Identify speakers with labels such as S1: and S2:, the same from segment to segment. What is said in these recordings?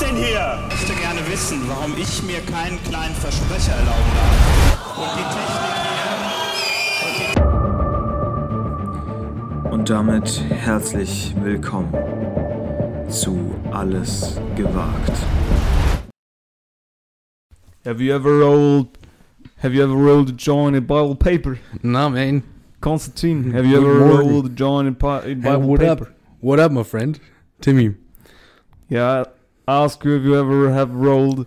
S1: denn hier? Ich möchte gerne wissen, warum ich mir keinen kleinen Versprecher erlauben darf. Und die Technik hier.
S2: Und damit herzlich willkommen zu Alles gewagt.
S3: Have you ever rolled? Have you ever rolled a joint in bottle paper?
S4: Nah, man.
S3: Constantine, have you ever
S4: Good morning.
S3: rolled a joint in, pi- in
S4: Hey,
S3: bottle
S4: what
S3: paper?
S4: up? What up, my friend? Timmy.
S3: Yeah, I ask you if you ever have rolled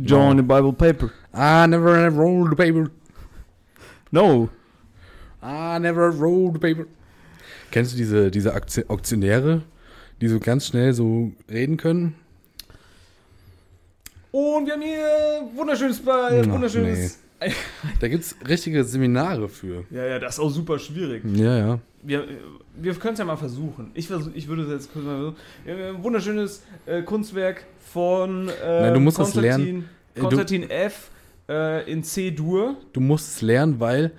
S3: joint in Bible paper.
S4: I never have rolled the paper.
S3: No.
S4: I never rolled the paper. Kennst du diese, diese Aktio- Auktionäre, die so ganz schnell so reden können?
S3: Und wir haben hier wunderschönes, äh,
S4: Ach, Da gibt's richtige Seminare für.
S3: Ja, ja, das ist auch super schwierig.
S4: Ja, ja.
S3: Wir, äh, wir können es ja mal versuchen. Ich, versuch, ich würde es jetzt kurz mal versuchen. Wir haben Ein wunderschönes äh, Kunstwerk von äh,
S4: Nein, du musst das
S3: Konstantin,
S4: lernen. Äh, du-
S3: Konstantin F. Äh, in C-Dur.
S4: Du musst es lernen, weil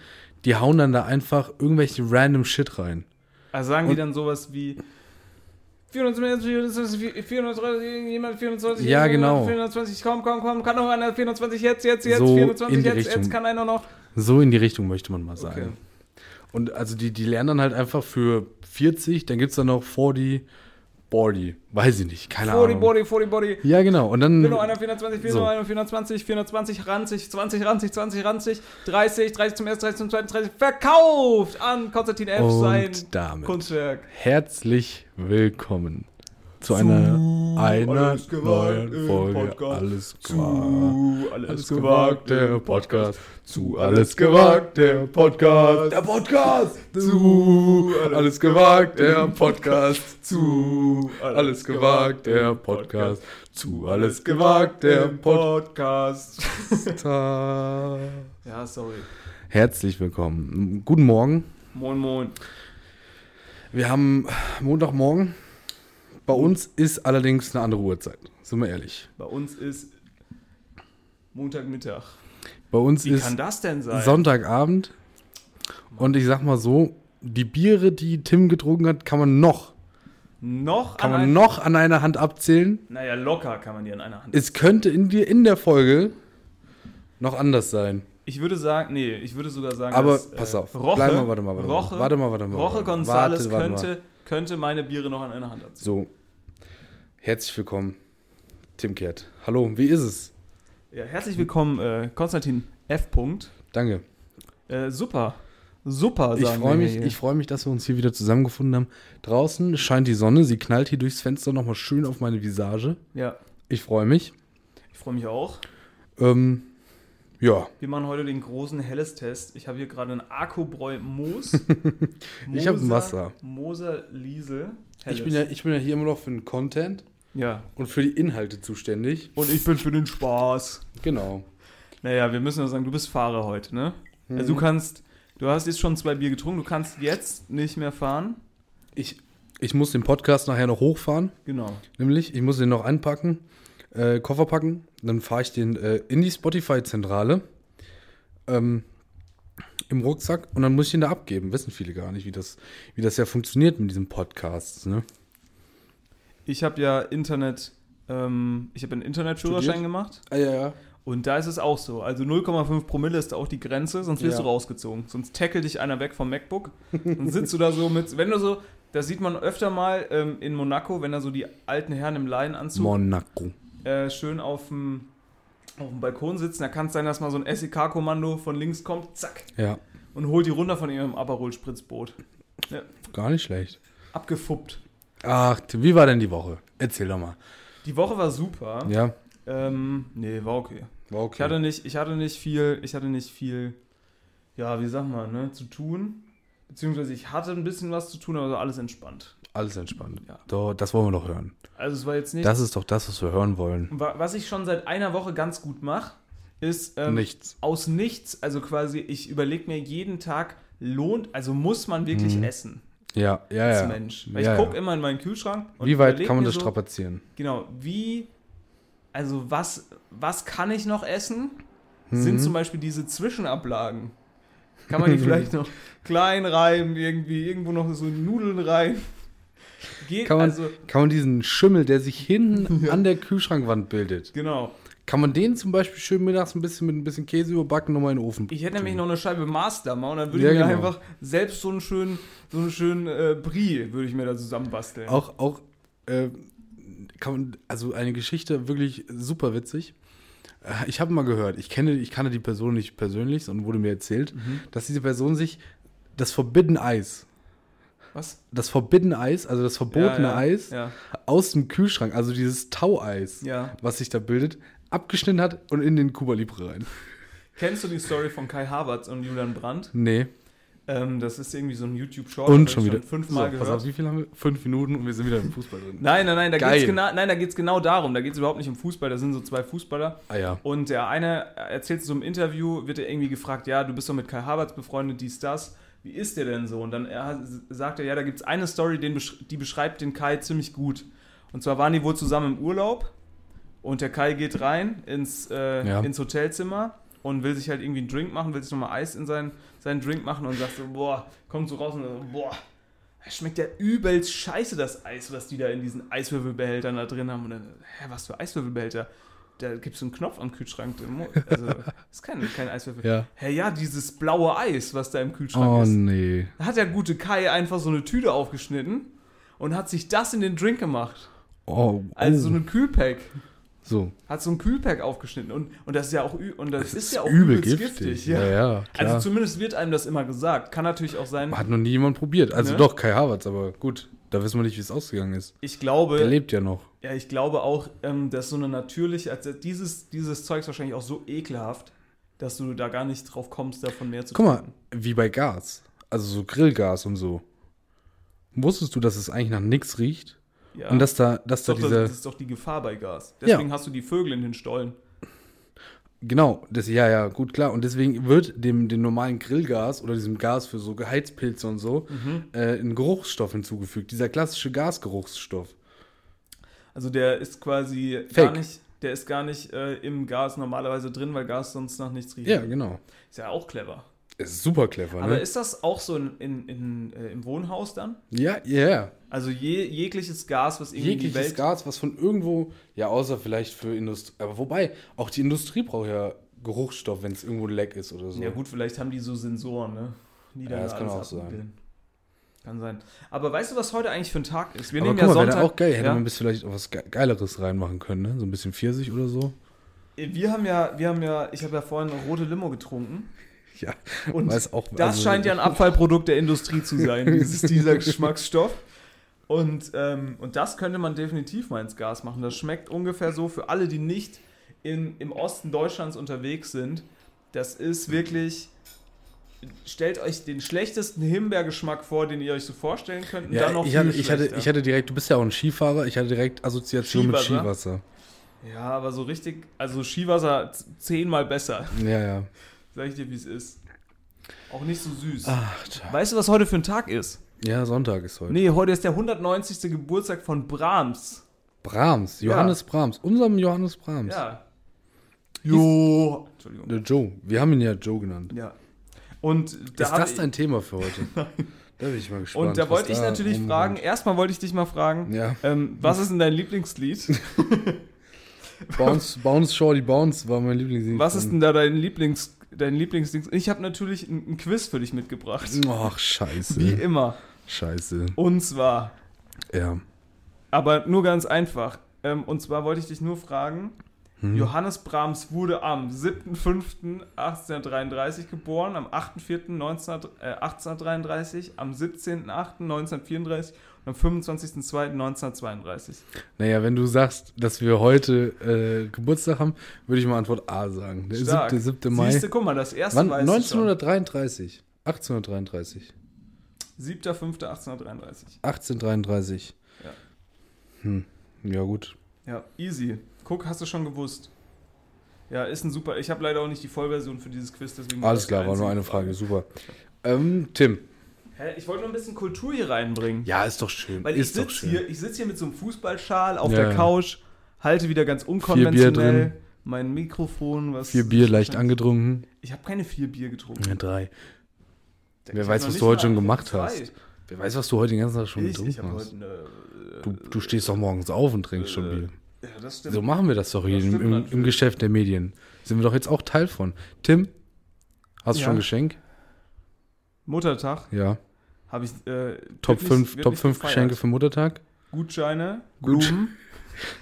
S4: die hauen dann da einfach irgendwelche random Shit rein.
S3: Also sagen die
S4: Und-
S3: dann sowas wie 420, 420, 430, jemand 420,
S4: Ja,
S3: jemand
S4: genau.
S3: 420, komm, komm, komm, kann noch einer 420 jetzt, jetzt, jetzt,
S4: So
S3: 420
S4: in die
S3: jetzt, jetzt
S4: Richtung.
S3: kann einer noch.
S4: So in die Richtung möchte man mal
S3: Okay.
S4: sagen. Und also die, die lernen dann halt einfach für 40, dann gibt's dann noch 40, 40. Weiß ich nicht, keine
S3: 40
S4: Ahnung.
S3: Body, 40 Body.
S4: Ja, genau. Und dann.
S3: Will noch einer 420, will
S4: So.
S3: noch einer 420, 420, ranzig, 20, ranzig, 20, ranzig, 30, 30 zum ersten, 30 zum zweiten, 30, verkauft an Konstantin F. sein
S4: Und damit
S3: Kunstwerk.
S4: herzlich willkommen zu einer, einer
S3: Alles gewagt
S4: neuen
S3: im
S4: Folge
S3: Podcast.
S4: Alles gewagt.
S3: Zu
S4: Alles gewagt, der Podcast. Zu Alles gewagt, der Podcast. Der Podcast. Zu Alles gewagt, der Podcast. Zu Alles gewagt, der Podcast. Zu Alles gewagt, der
S3: Podcast.
S4: Podcast.
S3: Ja, sorry.
S4: Herzlich willkommen. Guten Morgen.
S3: Moin, moin.
S4: Wir haben Montagmorgen. Bei uns ist allerdings eine andere Uhrzeit. Sind wir ehrlich.
S3: Bei uns ist Montagmittag.
S4: Bei uns
S3: Wie kann
S4: ist
S3: das denn sein?
S4: Sonntagabend. Und ich sag mal so, die Biere, die Tim getrunken hat, kann man noch,
S3: noch
S4: kann
S3: an
S4: man
S3: ein-
S4: noch an einer Hand abzählen.
S3: Naja, locker kann man die in einer Hand.
S4: Es könnte in, dir, in der Folge noch anders sein.
S3: Ich würde sagen, nee, ich würde sogar sagen,
S4: Aber
S3: dass, äh,
S4: pass auf.
S3: Roche,
S4: Bleib mal, warte mal, warte mal.
S3: Roche,
S4: Warte mal, warte mal,
S3: Roche
S4: warte mal.
S3: Gonzales
S4: Warte, warte mal.
S3: könnte, könnte meine Biere noch an einer Hand abziehen.
S4: So. Herzlich willkommen, Tim Kehrt. Hallo, wie ist es?
S3: Ja, herzlich willkommen, äh, Konstantin F. Punkt.
S4: Danke.
S3: Äh, super. Super,
S4: Ich
S3: sagen
S4: freue
S3: wir
S4: mich,
S3: hier.
S4: ich freu mich, dass wir uns hier wieder zusammengefunden haben. Draußen scheint die Sonne, sie knallt hier durchs Fenster nochmal schön auf meine Visage.
S3: Ja,
S4: Ich freue mich.
S3: ich freue mich auch.
S4: Ähm, ja,
S3: Wir machen heute den großen Helles-Test. Ich habe hier gerade einen Akkubräu Moos.
S4: Ich hab ein
S3: Moser-
S4: Wasser.
S3: Moser Liesel. Helles.
S4: ich bin, ja, ich bin ja hier immer noch für den Content
S3: Ja.
S4: und für die Inhalte zuständig.
S3: Und ich bin für den Spaß.
S4: Genau.
S3: Naja, wir müssen ja sagen, du bist Fahrer heute, ne?
S4: Hm.
S3: Also du kannst, du hast jetzt schon zwei Bier getrunken, du kannst jetzt nicht mehr fahren.
S4: Ich, ich muss den Podcast nachher noch hochfahren,
S3: Genau.
S4: nämlich ich muss den noch anpacken, äh, Koffer packen. Dann fahre ich den äh, in die Spotify-Zentrale ähm, im Rucksack und dann muss ich den da abgeben. Wissen viele gar nicht, wie das, wie das ja funktioniert mit diesem Podcast. Ne?
S3: Ich habe ja Internet, ähm, ich habe einen Internetführerschein
S4: Studiert?
S3: gemacht
S4: Ah, ja, ja.
S3: und da ist es auch so. Also 0,5 Promille ist auch die Grenze, sonst wirst
S4: Ja.
S3: du rausgezogen. Sonst tackle dich einer weg vom MacBook. Dann sitzt du da so mit, wenn du so, das sieht man öfter mal ähm, in Monaco, wenn da so die alten Herren im Leinenanzug
S4: Monaco.
S3: äh, schön auf dem auf dem Balkon sitzen, da kann es sein, dass mal so ein SEK-Kommando von links kommt, zack,
S4: Ja,
S3: und holt die runter von ihrem Aperol-Spritzboot. Ja,
S4: gar nicht schlecht.
S3: abgefuppt.
S4: Ach, Tim, wie war denn die Woche? Erzähl doch mal.
S3: Die Woche war super.
S4: Ja,
S3: Ähm, nee, war okay.
S4: war okay.
S3: Ich hatte nicht, ich hatte nicht viel, ich hatte nicht viel, ja, wie sag man, ne, zu tun. Beziehungsweise ich hatte ein bisschen was zu tun, aber so alles entspannt.
S4: Alles entspannt.
S3: Ja.
S4: So, das wollen wir doch hören.
S3: Also es war jetzt nicht.
S4: Das ist doch das, was wir hören wollen.
S3: Wa- was ich schon seit einer Woche ganz gut mache, ist ähm,
S4: Nichts.
S3: aus nichts, also quasi, ich überlege mir jeden Tag, lohnt, also muss man wirklich essen
S4: Ja, ja,
S3: als
S4: Mhm. ja.
S3: Mensch. Weil
S4: ja,
S3: ich gucke
S4: ja.
S3: immer in meinen Kühlschrank. und
S4: Wie weit
S3: überleg
S4: kann man
S3: mir
S4: das strapazieren?
S3: Genau, wie, also was, was kann ich noch essen?
S4: Mhm.
S3: Sind zum Beispiel diese Zwischenablagen. Kann man die vielleicht noch klein reiben, irgendwie, irgendwo noch so Nudeln rein? Geht
S4: Kann man,
S3: also,
S4: kann man diesen Schimmel, der sich hinten an der Kühlschrankwand bildet,
S3: genau.
S4: kann man den zum Beispiel schön mittags ein bisschen mit ein bisschen Käse überbacken nochmal in den Ofen?
S3: Ich hätte nämlich noch eine Scheibe Maßdammer und dann würde
S4: Ja,
S3: ich mir
S4: genau.
S3: einfach selbst so einen schönen, so einen schönen äh, Brie würde ich mir da zusammenbasteln.
S4: Auch, auch, äh, kann man, also eine Geschichte wirklich super witzig. Äh, Ich habe mal gehört, ich kenne, ich kannte die Person nicht persönlich, sondern wurde mir erzählt,
S3: Mhm.
S4: dass diese Person sich das Forbidden Eis,
S3: Was?
S4: das Forbidden Eis, also das verbotene
S3: Ja, ja,
S4: Eis,
S3: ja.
S4: aus dem Kühlschrank, also dieses Taueis,
S3: Ja.
S4: was sich da bildet, abgeschnitten hat und in den Cuba Libre rein.
S3: Kennst du die Story von Kai Havertz und Julian Brandt?
S4: Nee.
S3: Ähm, das ist irgendwie so ein YouTube-Short.
S4: Und
S3: Oh, das
S4: schon
S3: hab ich
S4: wieder.
S3: Fünfmal
S4: so, pass
S3: gehört.
S4: auf, wie viel haben wir? Fünf Minuten und wir sind wieder im Fußball drin.
S3: Nein, nein, nein, da
S4: Geil.
S3: geht's genau, nein, da geht's genau darum. Da geht's überhaupt nicht um Fußball. Da sind so zwei Fußballer.
S4: Ah ja.
S3: Und der eine erzählt so im Interview, wird er irgendwie gefragt, ja, du bist doch mit Kai Havertz befreundet, dies, das. Wie ist der denn so? Und dann er, sagt er, ja, da gibt's eine Story, den, besch- die beschreibt den Kai ziemlich gut. Und zwar waren die wohl zusammen im Urlaub und der Kai geht rein ins, äh,
S4: Ja.
S3: ins Hotelzimmer und will sich halt irgendwie einen Drink machen, will sich nochmal Eis in seinen, seinen Drink machen und sagt so, boah, kommt so raus und so, boah, das schmeckt ja übelst scheiße, das Eis, was die da in diesen Eiswürfelbehältern da drin haben. Und dann, hä, was für Eiswürfelbehälter? Da gibt es einen Knopf am Kühlschrank. drin. Mo- Also, ist kein, kein Eiswürfel.
S4: Ja.
S3: Hä, ja, dieses blaue Eis, was da im Kühlschrank
S4: Oh
S3: ist.
S4: nee.
S3: Da hat der gute Kai einfach so eine Tüte aufgeschnitten und hat sich das in den Drink gemacht.
S4: Oh,
S3: Also
S4: oh.
S3: so ein Kühlpack.
S4: so.
S3: Hat so ein Kühlpack aufgeschnitten. Und, und das ist ja auch, ü- und das ist ja auch
S4: übel
S3: übelst
S4: giftig. Ja, ja, klar.
S3: Also zumindest wird einem das immer gesagt. Kann natürlich auch sein,
S4: Hat noch nie jemand probiert. Also
S3: Ne?
S4: doch, Kai Havertz, aber gut, da wissen wir nicht, wie es ausgegangen ist.
S3: ich
S4: Der
S3: glaube,
S4: lebt ja noch.
S3: ja, ich glaube auch, ähm, dass so eine natürliche, also dieses, dieses Zeug ist wahrscheinlich auch so ekelhaft, dass du da gar nicht drauf kommst, davon mehr zu
S4: Guck mal,
S3: trinken.
S4: wie bei Gas. Also so Grillgas und so. Wusstest du, dass es eigentlich nach nichts riecht?
S3: Ja.
S4: Und dass da, dass da
S3: doch, das,
S4: dieser.
S3: das ist doch die Gefahr bei Gas. Deswegen hast du die Vögel in den Stollen.
S4: Genau, das, ja, ja, gut, klar. Und deswegen wird dem, dem normalen Grillgas oder diesem Gas für so Geheizpilze und so
S3: Mhm.
S4: äh, ein Geruchsstoff hinzugefügt. Dieser klassische Gasgeruchsstoff.
S3: Also der ist quasi gar
S4: Fake.
S3: nicht, der ist gar nicht äh, im Gas normalerweise drin, weil Gas sonst nach nichts riecht.
S4: Ja, genau.
S3: Ist ja auch clever.
S4: Es ist super clever,
S3: Aber
S4: ne?
S3: ist das auch so in, in, in, äh, im Wohnhaus dann?
S4: ja, ja, ja.
S3: Also je, jegliches Gas, was irgendwie in die
S4: Jegliches
S3: Welt
S4: Gas, was von irgendwo, ja, außer vielleicht für Industrie. Aber wobei, auch die Industrie braucht ja Geruchsstoff, wenn es irgendwo leck ist oder so.
S3: Ja gut, vielleicht haben die so Sensoren, ne? Die
S4: Ja, das kann auch sein.
S3: abwickeln. Kann sein. Aber weißt du, was heute eigentlich für ein Tag ist? Wir
S4: Aber
S3: nehmen
S4: guck
S3: ja
S4: mal, wäre
S3: Sonntag.
S4: da auch geil. Hätte
S3: ja,
S4: man bis vielleicht auch was Ge- Geileres reinmachen können, ne? So ein bisschen Pfirsich oder so.
S3: wir haben ja, wir haben ja, ich habe ja vorhin eine rote Limo getrunken.
S4: Ja,
S3: Und
S4: weiß auch-
S3: das
S4: also-
S3: scheint ja ein Abfallprodukt der Industrie zu sein, dieses, dieser Geschmacksstoff. Und, ähm, und das könnte man definitiv mal ins Gas machen. Das schmeckt ungefähr so für alle, die nicht in, im Osten Deutschlands unterwegs sind. Das ist wirklich. Stellt euch den schlechtesten Himbeergeschmack vor, den ihr euch so vorstellen könnt. und
S4: Ja, ich,
S3: viel
S4: hatte, ich, hatte,
S3: schlechter.
S4: ich hatte direkt, du bist ja auch ein Skifahrer, ich hatte direkt Assoziation mit
S3: Skiwasser?
S4: Skiwasser.
S3: ja, aber so richtig. Also Skiwasser z- zehnmal besser.
S4: Ja, ja.
S3: Sag ich dir, wie es ist. Auch nicht so süß.
S4: Ach, tja.
S3: Weißt du, was heute für ein Tag ist?
S4: ja, Sonntag ist heute.
S3: Nee, heute ist der 190. Geburtstag von Brahms.
S4: Brahms, Johannes Brahms, unserem Johannes Brahms.
S3: Ja. Jo.
S4: Der
S3: Entschuldigung.
S4: Joe, wir haben ihn ja Joe genannt.
S3: Ja. Und da
S4: ist
S3: hab
S4: das
S3: ich-
S4: dein Thema für heute? da bin ich mal gespannt.
S3: Und da
S4: was
S3: wollte ich natürlich
S4: rumkommt.
S3: fragen, erstmal wollte ich dich mal fragen,
S4: Ja.
S3: ähm, was ist denn dein Lieblingslied?
S4: Bounce, Bounce, Shorty Bounce war mein Lieblingslied.
S3: Was ist denn da dein Lieblings dein Lieblingsding? Ich habe natürlich ein, ein Quiz für dich mitgebracht.
S4: Ach, scheiße.
S3: Wie immer.
S4: Scheiße.
S3: Und zwar,
S4: Ja.
S3: aber nur ganz einfach. Ähm, und zwar wollte ich dich nur fragen,
S4: Hm?
S3: Johannes Brahms wurde am 7.5.1833 geboren, am 8.4.1900, äh, 1833, am 17.8.1934 und am 25.2.1932.
S4: Naja, wenn du sagst, dass wir heute äh, Geburtstag haben, würde ich mal Antwort A sagen. Der
S3: Stark.
S4: 7. 7. Mai.
S3: Siehste, guck mal, das erste
S4: Wann?
S3: weißt du
S4: 1933. 1833.
S3: schon. 7.5.1833.
S4: 1833.
S3: Ja.
S4: Hm. Ja, gut.
S3: Ja, easy. Guck, hast du schon gewusst. Ja, ist ein super. Ich habe leider auch nicht die Vollversion für dieses Quiz, deswegen. war
S4: Alles
S3: das
S4: klar,
S3: die
S4: war nur eine
S3: einzige
S4: Frage. Super. Ähm, Tim.
S3: Hä, ich wollte nur ein bisschen Kultur hier reinbringen.
S4: Ja, ist doch schön.
S3: Weil ich
S4: ist doch
S3: sitze
S4: schön.
S3: hier, ich sitz hier mit so einem Fußballschal auf
S4: Ja,
S3: der
S4: ja.
S3: Couch, halte wieder ganz
S4: Bier
S3: unkonventionell
S4: drin.
S3: mein Mikrofon, was.
S4: Vier Bier leicht angetrunken.
S3: Ich habe keine vier Bier getrunken.
S4: Ja, drei.
S3: Ich
S4: Wer
S3: hab
S4: weiß,
S3: noch
S4: was
S3: nicht
S4: du heute
S3: mal-
S4: schon
S3: ich hab
S4: gemacht
S3: zwei.
S4: hast. Wer weiß, was du heute den ganzen Tag schon
S3: Ich, ich
S4: getrunken
S3: habe
S4: hast.
S3: heute äh, eine.
S4: Du, du stehst doch morgens auf und trinkst schon Bier.
S3: Ja, das stimmt.
S4: So machen wir das doch hier
S3: Das
S4: im,
S3: stimmt
S4: im, im
S3: natürlich.
S4: Geschäft der Medien. Sind wir doch jetzt auch Teil von. Tim, hast du
S3: Ja.
S4: schon Geschenk?
S3: Muttertag
S4: Ja.
S3: habe ich. Äh, wird
S4: Top
S3: nicht-
S4: 5,
S3: wird
S4: Top
S3: nicht
S4: 5
S3: gefeiert.
S4: Geschenke für Muttertag?
S3: Gutscheine,
S4: Gut.
S3: Blumen.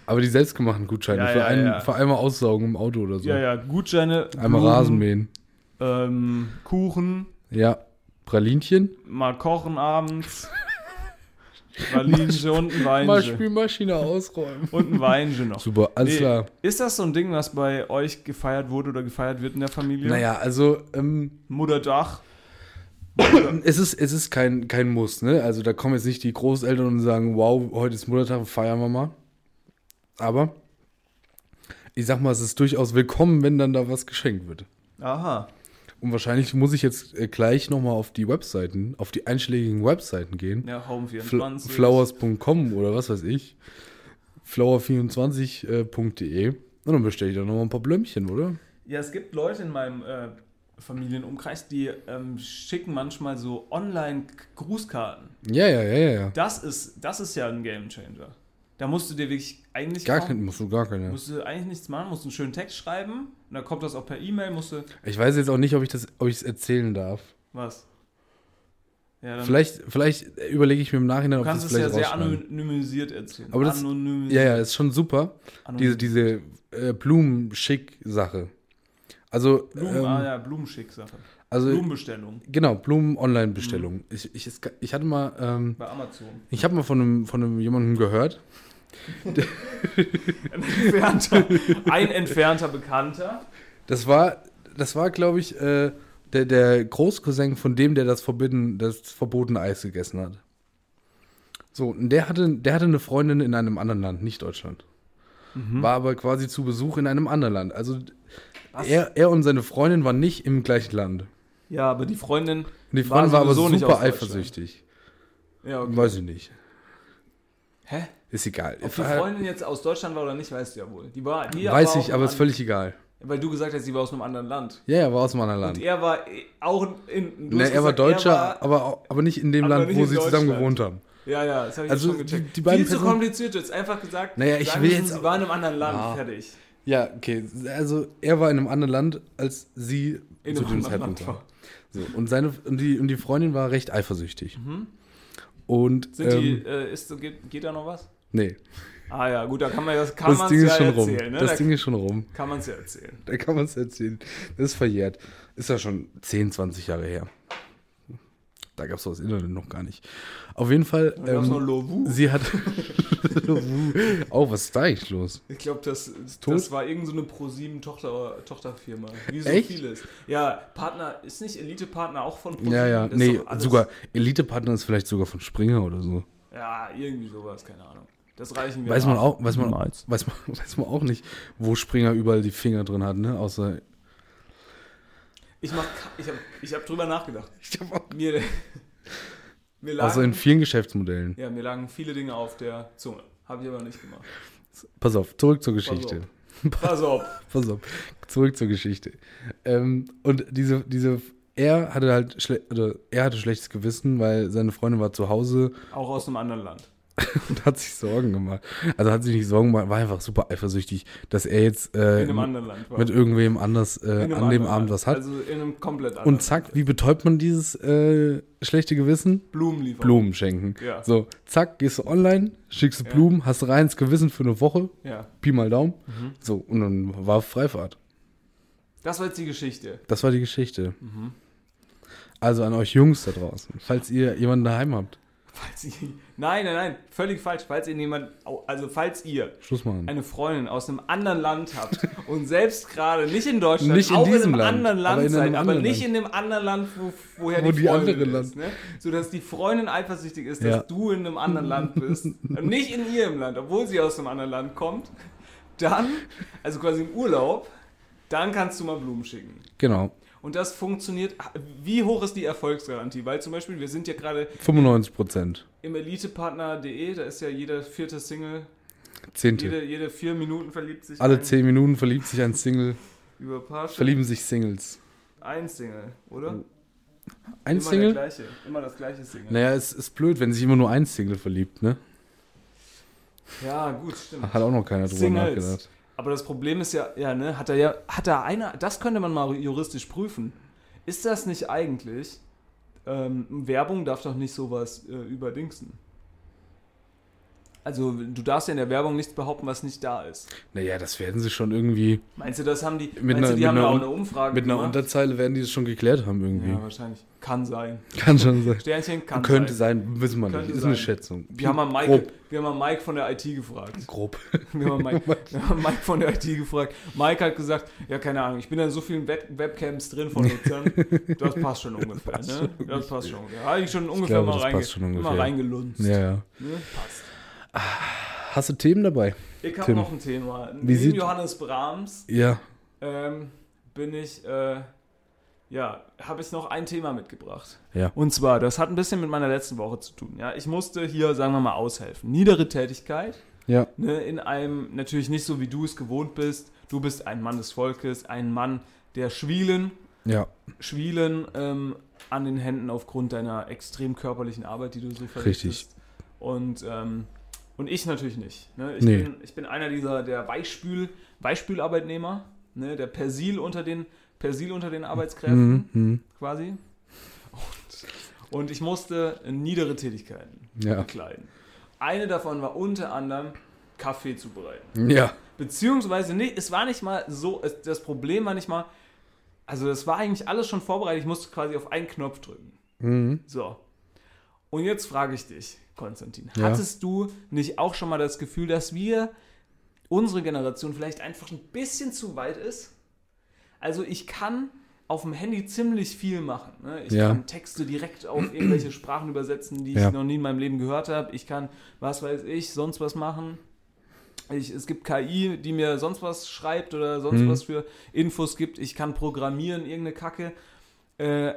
S4: Aber die selbstgemachten Gutscheine.
S3: Ja,
S4: für,
S3: ja,
S4: einen,
S3: ja.
S4: für einmal aussaugen im Auto oder so.
S3: Ja, ja, Gutscheine.
S4: Einmal
S3: Blumen,
S4: Rasenmähen.
S3: Ähm, Kuchen,
S4: Ja. Pralinchen?
S3: mal kochen abends. Pralinchen und ein
S4: Mal
S3: Weinchen.
S4: Spülmaschine ausräumen.
S3: Und ein Weinchen noch.
S4: Super, alles
S3: Nee,
S4: klar.
S3: Ist das so ein Ding, was bei euch gefeiert wurde oder gefeiert wird in der Familie?
S4: Naja, also ähm,
S3: Muttertag.
S4: es ist, es ist kein, kein Muss, ne? Also da kommen jetzt nicht die Großeltern und sagen, wow, heute ist Muttertag, feiern wir mal. Aber ich sag mal, es ist durchaus willkommen, wenn dann da was geschenkt wird.
S3: Aha.
S4: Und wahrscheinlich muss ich jetzt äh, gleich nochmal auf die Webseiten, auf die einschlägigen Webseiten gehen.
S3: Ja, Home
S4: Fl
S3: 24.
S4: Flowers.com oder was weiß ich. äh, Flower24.de. Und dann bestelle ich da nochmal ein paar Blömchen, oder?
S3: Ja, es gibt Leute in meinem äh, Familienumkreis, die ähm, schicken manchmal so Online-Grußkarten.
S4: Ja, ja, ja, ja, ja.
S3: Das ist, das ist ja ein Gamechanger. Da musst du dir wirklich eigentlich
S4: Gar
S3: kaum-
S4: kein, musst du gar keine.
S3: musst du eigentlich nichts machen, musst einen schönen Text schreiben und dann kommt das auch per E-Mail, musst du
S4: Ich weiß jetzt auch nicht, ob ich das, ob ich es erzählen darf.
S3: was. Ja, dann
S4: Vielleicht, vielleicht überlege ich mir im Nachhinein,
S3: du
S4: ob das
S3: kannst es ja
S4: vielleicht
S3: sehr
S4: rausschneiden.
S3: anonymisiert erzählen.
S4: Aber das-
S3: anonymisiert.
S4: Ja, ja, ist schon super. Diese, diese äh, Blumenschick-Sache. Also,
S3: Blumen,
S4: ähm,
S3: ah ja, Blumenschicksache.
S4: also
S3: Blumenbestellung
S4: genau, Blumen-Online-Bestellung.
S3: Mhm.
S4: Ich, ich, es- ich hatte mal, ähm,
S3: bei Amazon.
S4: ich habe mal von einem, von einem jemandem gehört.
S3: Entfernter, ein entfernter Bekannter.
S4: Das war, das war, glaube ich, äh, der, der Großcousin von dem, der das verbitten, das verbotene Eis gegessen hat. So, und der hatte, der hatte eine Freundin in einem anderen Land, nicht Deutschland.
S3: Mhm.
S4: War aber quasi zu Besuch in einem anderen Land. Also er, er und seine Freundin waren nicht im gleichen Land.
S3: Ja, aber die Freundin.
S4: Und die Freundin war, aber
S3: sowieso
S4: super
S3: nicht aus Deutschland.
S4: eifersüchtig.
S3: Ja, okay.
S4: Weiß ich nicht.
S3: Hä?
S4: Ist egal. Äh,
S3: Ob die Freundin jetzt aus Deutschland war oder nicht, weißt du ja wohl. Die war, die
S4: Weiß
S3: war
S4: ich,
S3: auch
S4: aber
S3: ein
S4: ist völlig egal.
S3: an- Weil du gesagt hast, sie war aus einem anderen Land.
S4: Ja, er war aus einem anderen
S3: Und
S4: Land.
S3: er war eh- auch in. du
S4: Ne,
S3: hast
S4: er war
S3: gesagt,
S4: Deutscher,
S3: war-
S4: aber, auch- aber nicht in dem
S3: aber
S4: Land,
S3: nicht
S4: wo
S3: in
S4: sie zusammen
S3: Deutschland.
S4: gewohnt haben.
S3: ja, ja, das habe ich
S4: Also,
S3: schon gecheckt.
S4: die- die beiden
S3: Viel zu
S4: Personen-
S3: kompliziert jetzt. Einfach gesagt,
S4: Naja, ich
S3: sagen
S4: will
S3: müssen,
S4: jetzt- Ah.
S3: sie war in einem anderen Land.
S4: Ja.
S3: Fertig.
S4: Ja, okay. Also er war in einem anderen Land, als sie
S3: In
S4: zu
S3: einem anderen
S4: dem Zeitpunkt
S3: Land
S4: war.
S3: war.
S4: So, und, seine, und, die, und die Freundin war recht eifersüchtig. Und
S3: Mhm. Sind
S4: ähm,
S3: die, äh, ist, geht, geht da noch was?
S4: nee,
S3: Ah ja, gut, da kann man das kann
S4: das Ding
S3: man's
S4: ist
S3: ja
S4: schon
S3: erzählen.
S4: rum.
S3: Ne?
S4: Das
S3: da
S4: Ding ist schon rum.
S3: kann man es ja erzählen.
S4: Da kann man es erzählen. Das ist verjährt. Ist ja schon 10, 20 Jahre her. Da gab es das Internet noch gar nicht. Auf jeden Fall,
S3: Da gab's noch
S4: ähm,
S3: Lovu.
S4: sie hat. oh, was ist da eigentlich los?
S3: Ich glaube, das,
S4: tot?
S3: das war irgendeine so eine Pro7-Tochterfirma. Tochterfirma, wie so
S4: Echt?
S3: vieles. Ja, Partner, ist nicht Elite-Partner auch von Pro7?
S4: Ja, ja.
S3: Das ist
S4: Nee,
S3: doch alles-
S4: sogar Elite-Partner ist vielleicht sogar von Springer oder so.
S3: Ja, irgendwie sowas, keine Ahnung. Das reichen wir
S4: Weiß man
S3: nach.
S4: auch, weiß man,
S3: Niemals.
S4: weiß man, weiß man auch nicht, wo Springer überall die Finger drin hat, ne? Außer
S3: Ich, mach, ka- ich habe ich hab drüber nachgedacht.
S4: ich hab auch,
S3: Mir, mir, lagen,
S4: außer Also in vielen Geschäftsmodellen.
S3: ja, mir lagen viele Dinge auf der Zunge. Habe ich aber nicht gemacht.
S4: Pass auf, zurück zur Geschichte.
S3: Pass auf.
S4: Pass auf, zurück zur Geschichte. Ähm, und diese, diese, er hatte halt schle oder er hatte schlechtes Gewissen, weil seine Freundin war zu Hause
S3: Auch aus einem anderen Land.
S4: und hat sich Sorgen gemacht. Also hat sich nicht Sorgen gemacht, war einfach super eifersüchtig, dass er jetzt äh,
S3: In einem anderen Land. War.
S4: mit irgendwem anders
S3: In
S4: äh,
S3: einem
S4: an dem
S3: anderen Land.
S4: Abend was hat.
S3: Also in einem komplett anderen.
S4: und zack, wie betäubt man dieses äh, schlechte Gewissen?
S3: Blumenlieferung.
S4: Blumen schenken.
S3: Ja.
S4: So, zack, gehst du online, schickst du
S3: Ja.
S4: Blumen, hast reins Gewissen für eine Woche,
S3: Ja.
S4: Pi mal Daumen.
S3: Mhm.
S4: So, und dann war Freifahrt.
S3: Das war jetzt die Geschichte.
S4: Das war die Geschichte.
S3: Mhm.
S4: Also an euch Jungs da draußen, falls ihr jemanden daheim habt,
S3: Falls ihr, nein, nein, nein, völlig falsch. Falls ihr jemand, also falls ihr
S4: Schluss machen.
S3: eine Freundin aus einem anderen Land habt und selbst gerade nicht in Deutschland,
S4: Nicht in
S3: auch
S4: diesem
S3: in einem anderen
S4: Land,
S3: Land
S4: aber in einem
S3: seid, aber
S4: anderen
S3: nicht
S4: Land.
S3: in dem anderen Land, wo, woher
S4: Wo
S3: die
S4: die
S3: Freundin
S4: andere
S3: ist, ne? sodass die Freundin eifersüchtig ist, dass
S4: Ja.
S3: du in einem anderen Land bist, und nicht in ihrem Land, obwohl sie aus einem anderen Land kommt, dann, also quasi im Urlaub, dann kannst du mal Blumen schicken.
S4: Genau,
S3: Und das funktioniert. Wie hoch ist die Erfolgsgarantie? Weil zum Beispiel, wir sind ja gerade
S4: 95 Prozent.
S3: im elitepartner.de, da ist ja jeder vierte Single,
S4: Zehnte.
S3: jede, jede vier Minuten verliebt sich
S4: Alle
S3: ein
S4: zehn Minuten verliebt sich ein Single,
S3: über Parship.
S4: verlieben sich Singles.
S3: Ein Single, oder? Immer
S4: Ein
S3: der
S4: Single?
S3: gleiche, immer das gleiche Single.
S4: Naja, es ist blöd, wenn sich immer nur ein Single verliebt, ne?
S3: Ja, gut, stimmt.
S4: Hat auch noch keiner drüber
S3: Singles.
S4: nachgedacht.
S3: Aber das Problem ist ja, ja, ne, hat er ja, hat da einer, das könnte man mal juristisch prüfen. Ist das nicht eigentlich, ähm, Werbung darf doch nicht sowas äh, überdingsen? Also, du darfst ja in der Werbung nichts behaupten, was nicht da ist.
S4: Naja, das werden sie schon irgendwie.
S3: Meinst du, das haben die, meinst
S4: Mit einer-
S3: du, die
S4: mit
S3: haben
S4: einer
S3: da auch
S4: Un-
S3: eine Umfrage
S4: Mit einer
S3: gemacht?
S4: Unterzeile werden die das schon geklärt haben irgendwie.
S3: Ja, wahrscheinlich. Kann sein.
S4: Kann schon sein.
S3: Sternchen kann
S4: Könnte
S3: sein.
S4: sein, wissen wir nicht.
S3: Könnte
S4: Ist eine
S3: sein.
S4: Schätzung.
S3: Wir haben, mal Mike,
S4: Grob.
S3: wir haben mal Mike von der IT gefragt.
S4: Grob.
S3: Wir haben, Mike, wir haben Mike von der IT gefragt. Mike hat gesagt, ja, keine Ahnung, ich bin an so vielen Web Webcams drin von Nutzern. Das passt schon ungefähr, ne? Das passt schon ungefähr. Habe ich schon ungefähr
S4: glaube,
S3: mal,
S4: das
S3: reinge
S4: passt schon ungefähr.
S3: mal reingelunzt.
S4: Ja, ja.
S3: Ne? Passt.
S4: Hast du Themen dabei?
S3: Ich habe
S4: Tim.
S3: noch ein Thema.
S4: Wie
S3: Neben
S4: sieht-
S3: Johannes Brahms
S4: Ja.
S3: ähm, bin ich, äh, ja, habe ich noch ein Thema mitgebracht.
S4: Ja.
S3: Und zwar, das hat ein bisschen mit meiner letzten Woche zu tun. Ja, ich musste hier, sagen wir mal, aushelfen. Niedere Tätigkeit.
S4: Ja.
S3: ne, in einem, natürlich nicht so wie du es gewohnt bist. Du bist ein Mann des Volkes, ein Mann der Schwielen,
S4: Ja.
S3: Schwielen ähm, an den Händen aufgrund deiner extrem körperlichen Arbeit, die du so verrichtest.
S4: Richtig.
S3: Und, ähm, und ich natürlich nicht. Ne? Ich,
S4: Nee.
S3: bin, ich bin einer dieser der Weichspül, Weichspülarbeitnehmer, ne? der Persil unter den, Persil unter den Arbeitskräften
S4: Mhm. Mhm.
S3: quasi. Und, und ich musste niedere Tätigkeiten
S4: Ja.
S3: bekleiden. Eine davon war unter anderem Kaffee zubereiten.
S4: Ja.
S3: Beziehungsweise, nee, es war nicht mal so, es, das Problem war nicht mal, also das war eigentlich alles schon vorbereitet, ich musste quasi auf einen Knopf drücken.
S4: Mhm.
S3: So. Und jetzt frage ich dich, Konstantin,
S4: Ja.
S3: hattest du nicht auch schon mal das Gefühl, dass wir, unsere Generation, vielleicht einfach ein bisschen zu weit ist? Also ich kann auf dem Handy ziemlich viel machen. Ne? Ich
S4: Ja.
S3: kann Texte direkt auf irgendwelche Sprachen übersetzen, die
S4: Ja.
S3: ich noch nie in meinem Leben gehört habe. Ich kann, was weiß ich, sonst was machen. Ich, es gibt KI, die mir sonst was schreibt oder sonst
S4: Hm.
S3: was für Infos gibt. Ich kann programmieren, irgendeine Kacke. Äh,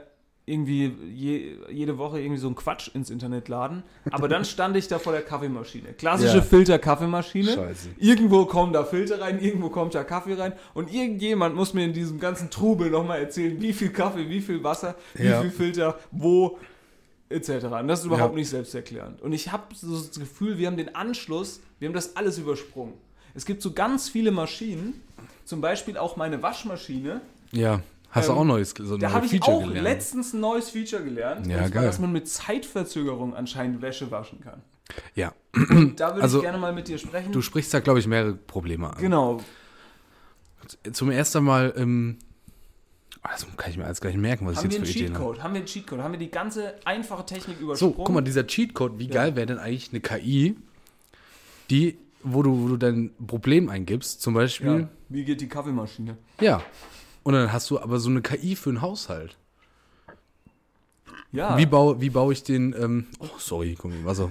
S3: irgendwie je, jede Woche irgendwie so einen Quatsch ins Internet laden. Aber dann stand ich da vor der Kaffeemaschine. Klassische
S4: Ja.
S3: Filter-Kaffeemaschine.
S4: Scheiße.
S3: Irgendwo kommen da Filter rein, irgendwo kommt da Kaffee rein und irgendjemand muss mir in diesem ganzen Trubel nochmal erzählen, wie viel Kaffee, wie viel Wasser, wie
S4: Ja.
S3: viel Filter, wo, etc. Und das ist überhaupt
S4: Ja.
S3: nicht selbsterklärend. Und ich habe so das Gefühl, wir haben den Anschluss, wir haben das alles übersprungen. Es gibt so ganz viele Maschinen, zum Beispiel auch meine Waschmaschine,
S4: Ja. Hast
S3: Ähm,
S4: du auch neues so neue
S3: da habe ich
S4: Feature
S3: auch
S4: gelernt?
S3: letztens ein neues Feature gelernt,
S4: Ja,
S3: und zwar,
S4: geil.
S3: dass man mit Zeitverzögerung anscheinend Wäsche waschen kann.
S4: Ja.
S3: Da würde
S4: Also,
S3: ich gerne mal mit dir sprechen.
S4: Du sprichst da, glaube ich, mehrere Probleme an.
S3: genau,
S4: Zum ersten Mal, ähm, also kann ich mir alles gar nicht merken, was
S3: Haben
S4: ich
S3: wir
S4: jetzt
S3: einen
S4: für Ideen habe.
S3: Cheatcode? Haben wir einen Cheatcode? Haben wir die ganze einfache Technik
S4: So,
S3: übersprungen?
S4: guck mal, dieser Cheatcode, wie geil wäre denn eigentlich eine KI, die, wo du, wo du dein Problem eingibst, zum Beispiel,
S3: ja. Wie geht die Kaffeemaschine?
S4: ja. Und dann hast du aber so eine KI für einen Haushalt.
S3: Ja.
S4: Wie, baue, wie baue ich den, ähm, oh, sorry, komm, Wasser.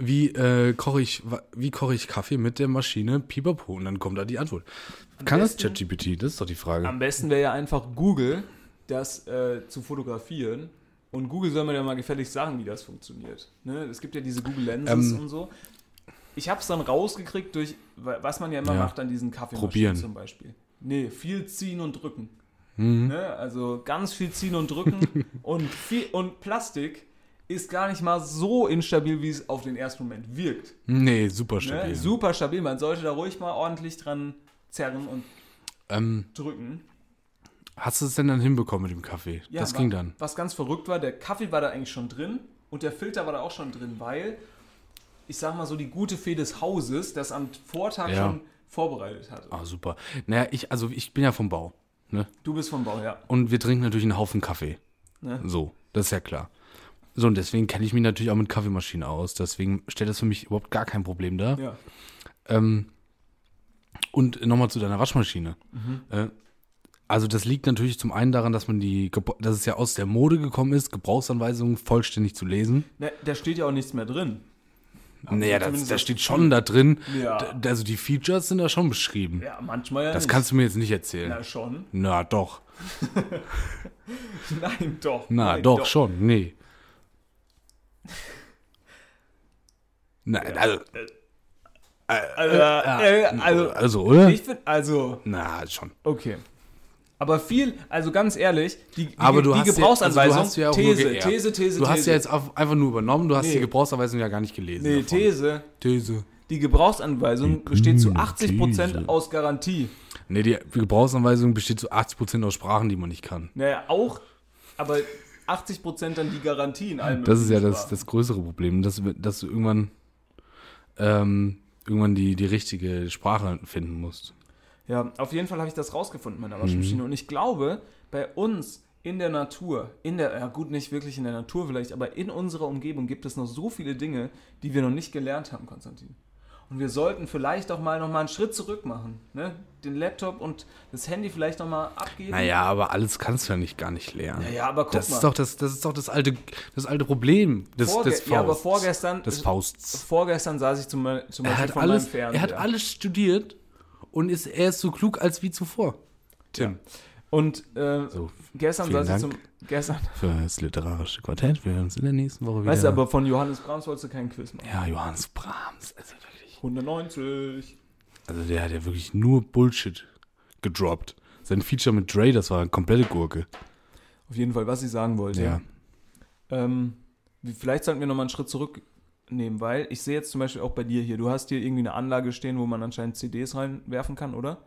S4: Wie, äh, koche ich, wa- wie koche ich Kaffee mit der Maschine Pipapo? Und dann kommt da die Antwort. Kann das
S3: besten-
S4: ChatGPT? Das ist doch die Frage.
S3: Am besten wäre ja einfach Google, das äh, zu fotografieren. Und Google soll mir ja mal gefälligst sagen, wie das funktioniert. Ne? Es gibt ja diese Google Lenses
S4: Ähm.
S3: und so. Ich habe es dann rausgekriegt durch, wa- was man ja immer
S4: Ja.
S3: macht an diesen Kaffeemaschinen
S4: Probieren.
S3: zum Beispiel. Nee, viel ziehen und drücken.
S4: Mhm.
S3: Ne? Also ganz viel ziehen und drücken. und, viel, und Plastik ist gar nicht mal so instabil, wie es auf den ersten Moment wirkt.
S4: Nee, super stabil.
S3: Ne? Super stabil. Man sollte da ruhig mal ordentlich dran zerren und
S4: Ähm,
S3: drücken.
S4: Hast du es denn dann hinbekommen mit dem Kaffee?
S3: Ja,
S4: das
S3: wa-
S4: ging dann.
S3: Was ganz verrückt war, der Kaffee war da eigentlich schon drin und der Filter war da auch schon drin, weil ich sag mal so die gute Fee des Hauses das am Vortag
S4: Ja.
S3: schon vorbereitet hatte.
S4: Ah, super. Naja, ich, also ich bin ja vom Bau. Ne?
S3: Du bist vom Bau, ja.
S4: Und wir trinken natürlich einen Haufen Kaffee.
S3: Ne?
S4: So, das ist ja klar. So, und deswegen kenne ich mich natürlich auch mit Kaffeemaschinen aus. Deswegen stellt das für mich überhaupt gar kein Problem dar.
S3: Ja.
S4: Ähm, und nochmal zu deiner Waschmaschine.
S3: Mhm.
S4: Äh, also das liegt natürlich zum einen daran, dass man die, Gebra- dass es ja aus der Mode gekommen ist, Gebrauchsanweisungen vollständig zu lesen.
S3: Ne, da steht ja auch nichts mehr drin.
S4: naja, das,
S3: zumindest
S4: da
S3: das
S4: steht schon da drin.
S3: Ja.
S4: D- Also die Features sind da schon beschrieben.
S3: Ja, manchmal ja
S4: Das
S3: nicht.
S4: kannst du mir jetzt nicht erzählen.
S3: Na schon.
S4: Na doch.
S3: Nein, doch.
S4: Na
S3: Nein,
S4: doch, schon. Nee. Nein, also,
S3: Also, äh, also
S4: also, oder?
S3: ich finde, also,
S4: Na, schon.
S3: okay. Aber viel, also ganz ehrlich, die, die,
S4: Aber du
S3: die
S4: hast
S3: Gebrauchsanweisung,
S4: ja, also du hast ja auch
S3: These,
S4: nur geehrt.
S3: These, These,
S4: Du hast
S3: These.
S4: ja jetzt auf, einfach nur übernommen, du hast
S3: Nee.
S4: die Gebrauchsanweisung ja gar nicht gelesen.
S3: nee,
S4: davon.
S3: These.
S4: These.
S3: Die Gebrauchsanweisung besteht zu 80% aus Garantie.
S4: Nee, die Gebrauchsanweisung besteht zu 80% aus Sprachen, die man nicht kann.
S3: Naja, auch, aber 80% dann die Garantie in allem.
S4: Das ist ja das, das größere Problem, dass, wir- dass du irgendwann, ähm, irgendwann die, die richtige Sprache finden musst.
S3: Ja, auf jeden Fall habe ich das rausgefunden, meine
S4: Mhm.
S3: Waschmaschine. Und ich glaube, bei uns in der Natur, in der, ja gut, nicht wirklich in der Natur vielleicht, aber in unserer Umgebung gibt es noch so viele Dinge, die wir noch nicht gelernt haben, Konstantin. Und wir sollten vielleicht auch mal noch mal einen Schritt zurück machen. Ne? Den Laptop und das Handy vielleicht noch mal abgeben.
S4: Naja, aber alles kannst du ja nicht gar nicht lernen.
S3: Naja, aber guck
S4: das
S3: mal.
S4: ist doch das, das ist doch das alte, das alte Problem des,
S3: Vorge-
S4: des Fausts.
S3: ja, aber vorgestern-
S4: Des Fausts.
S3: Vorgestern saß ich zum, Be- zum
S4: Er
S3: Beispiel
S4: hat,
S3: vor
S4: alles,
S3: meinem Fernseher.
S4: er hat alles studiert und ist, er ist so klug als wie zuvor. Tim.
S3: Und äh,
S4: So,
S3: gestern
S4: vielen
S3: saß ich
S4: Dank.
S3: zum... Gestern,
S4: Für das literarische Quartett. Wir hören uns in der nächsten Woche wieder.
S3: weißt du, aber von Johannes Brahms wolltest du keinen Quiz machen.
S4: ja, Johannes Brahms. Also, wirklich,
S3: 190.
S4: also der hat ja wirklich nur Bullshit gedroppt. Sein Feature mit Dre, das war eine komplette Gurke.
S3: Auf jeden Fall, was ich sagen wollte.
S4: Ja.
S3: Ähm, wie- vielleicht sollten wir nochmal einen Schritt zurücknehmen, weil ich sehe jetzt zum Beispiel auch bei dir hier, du hast hier irgendwie eine Anlage stehen, wo man anscheinend CDs reinwerfen kann, oder?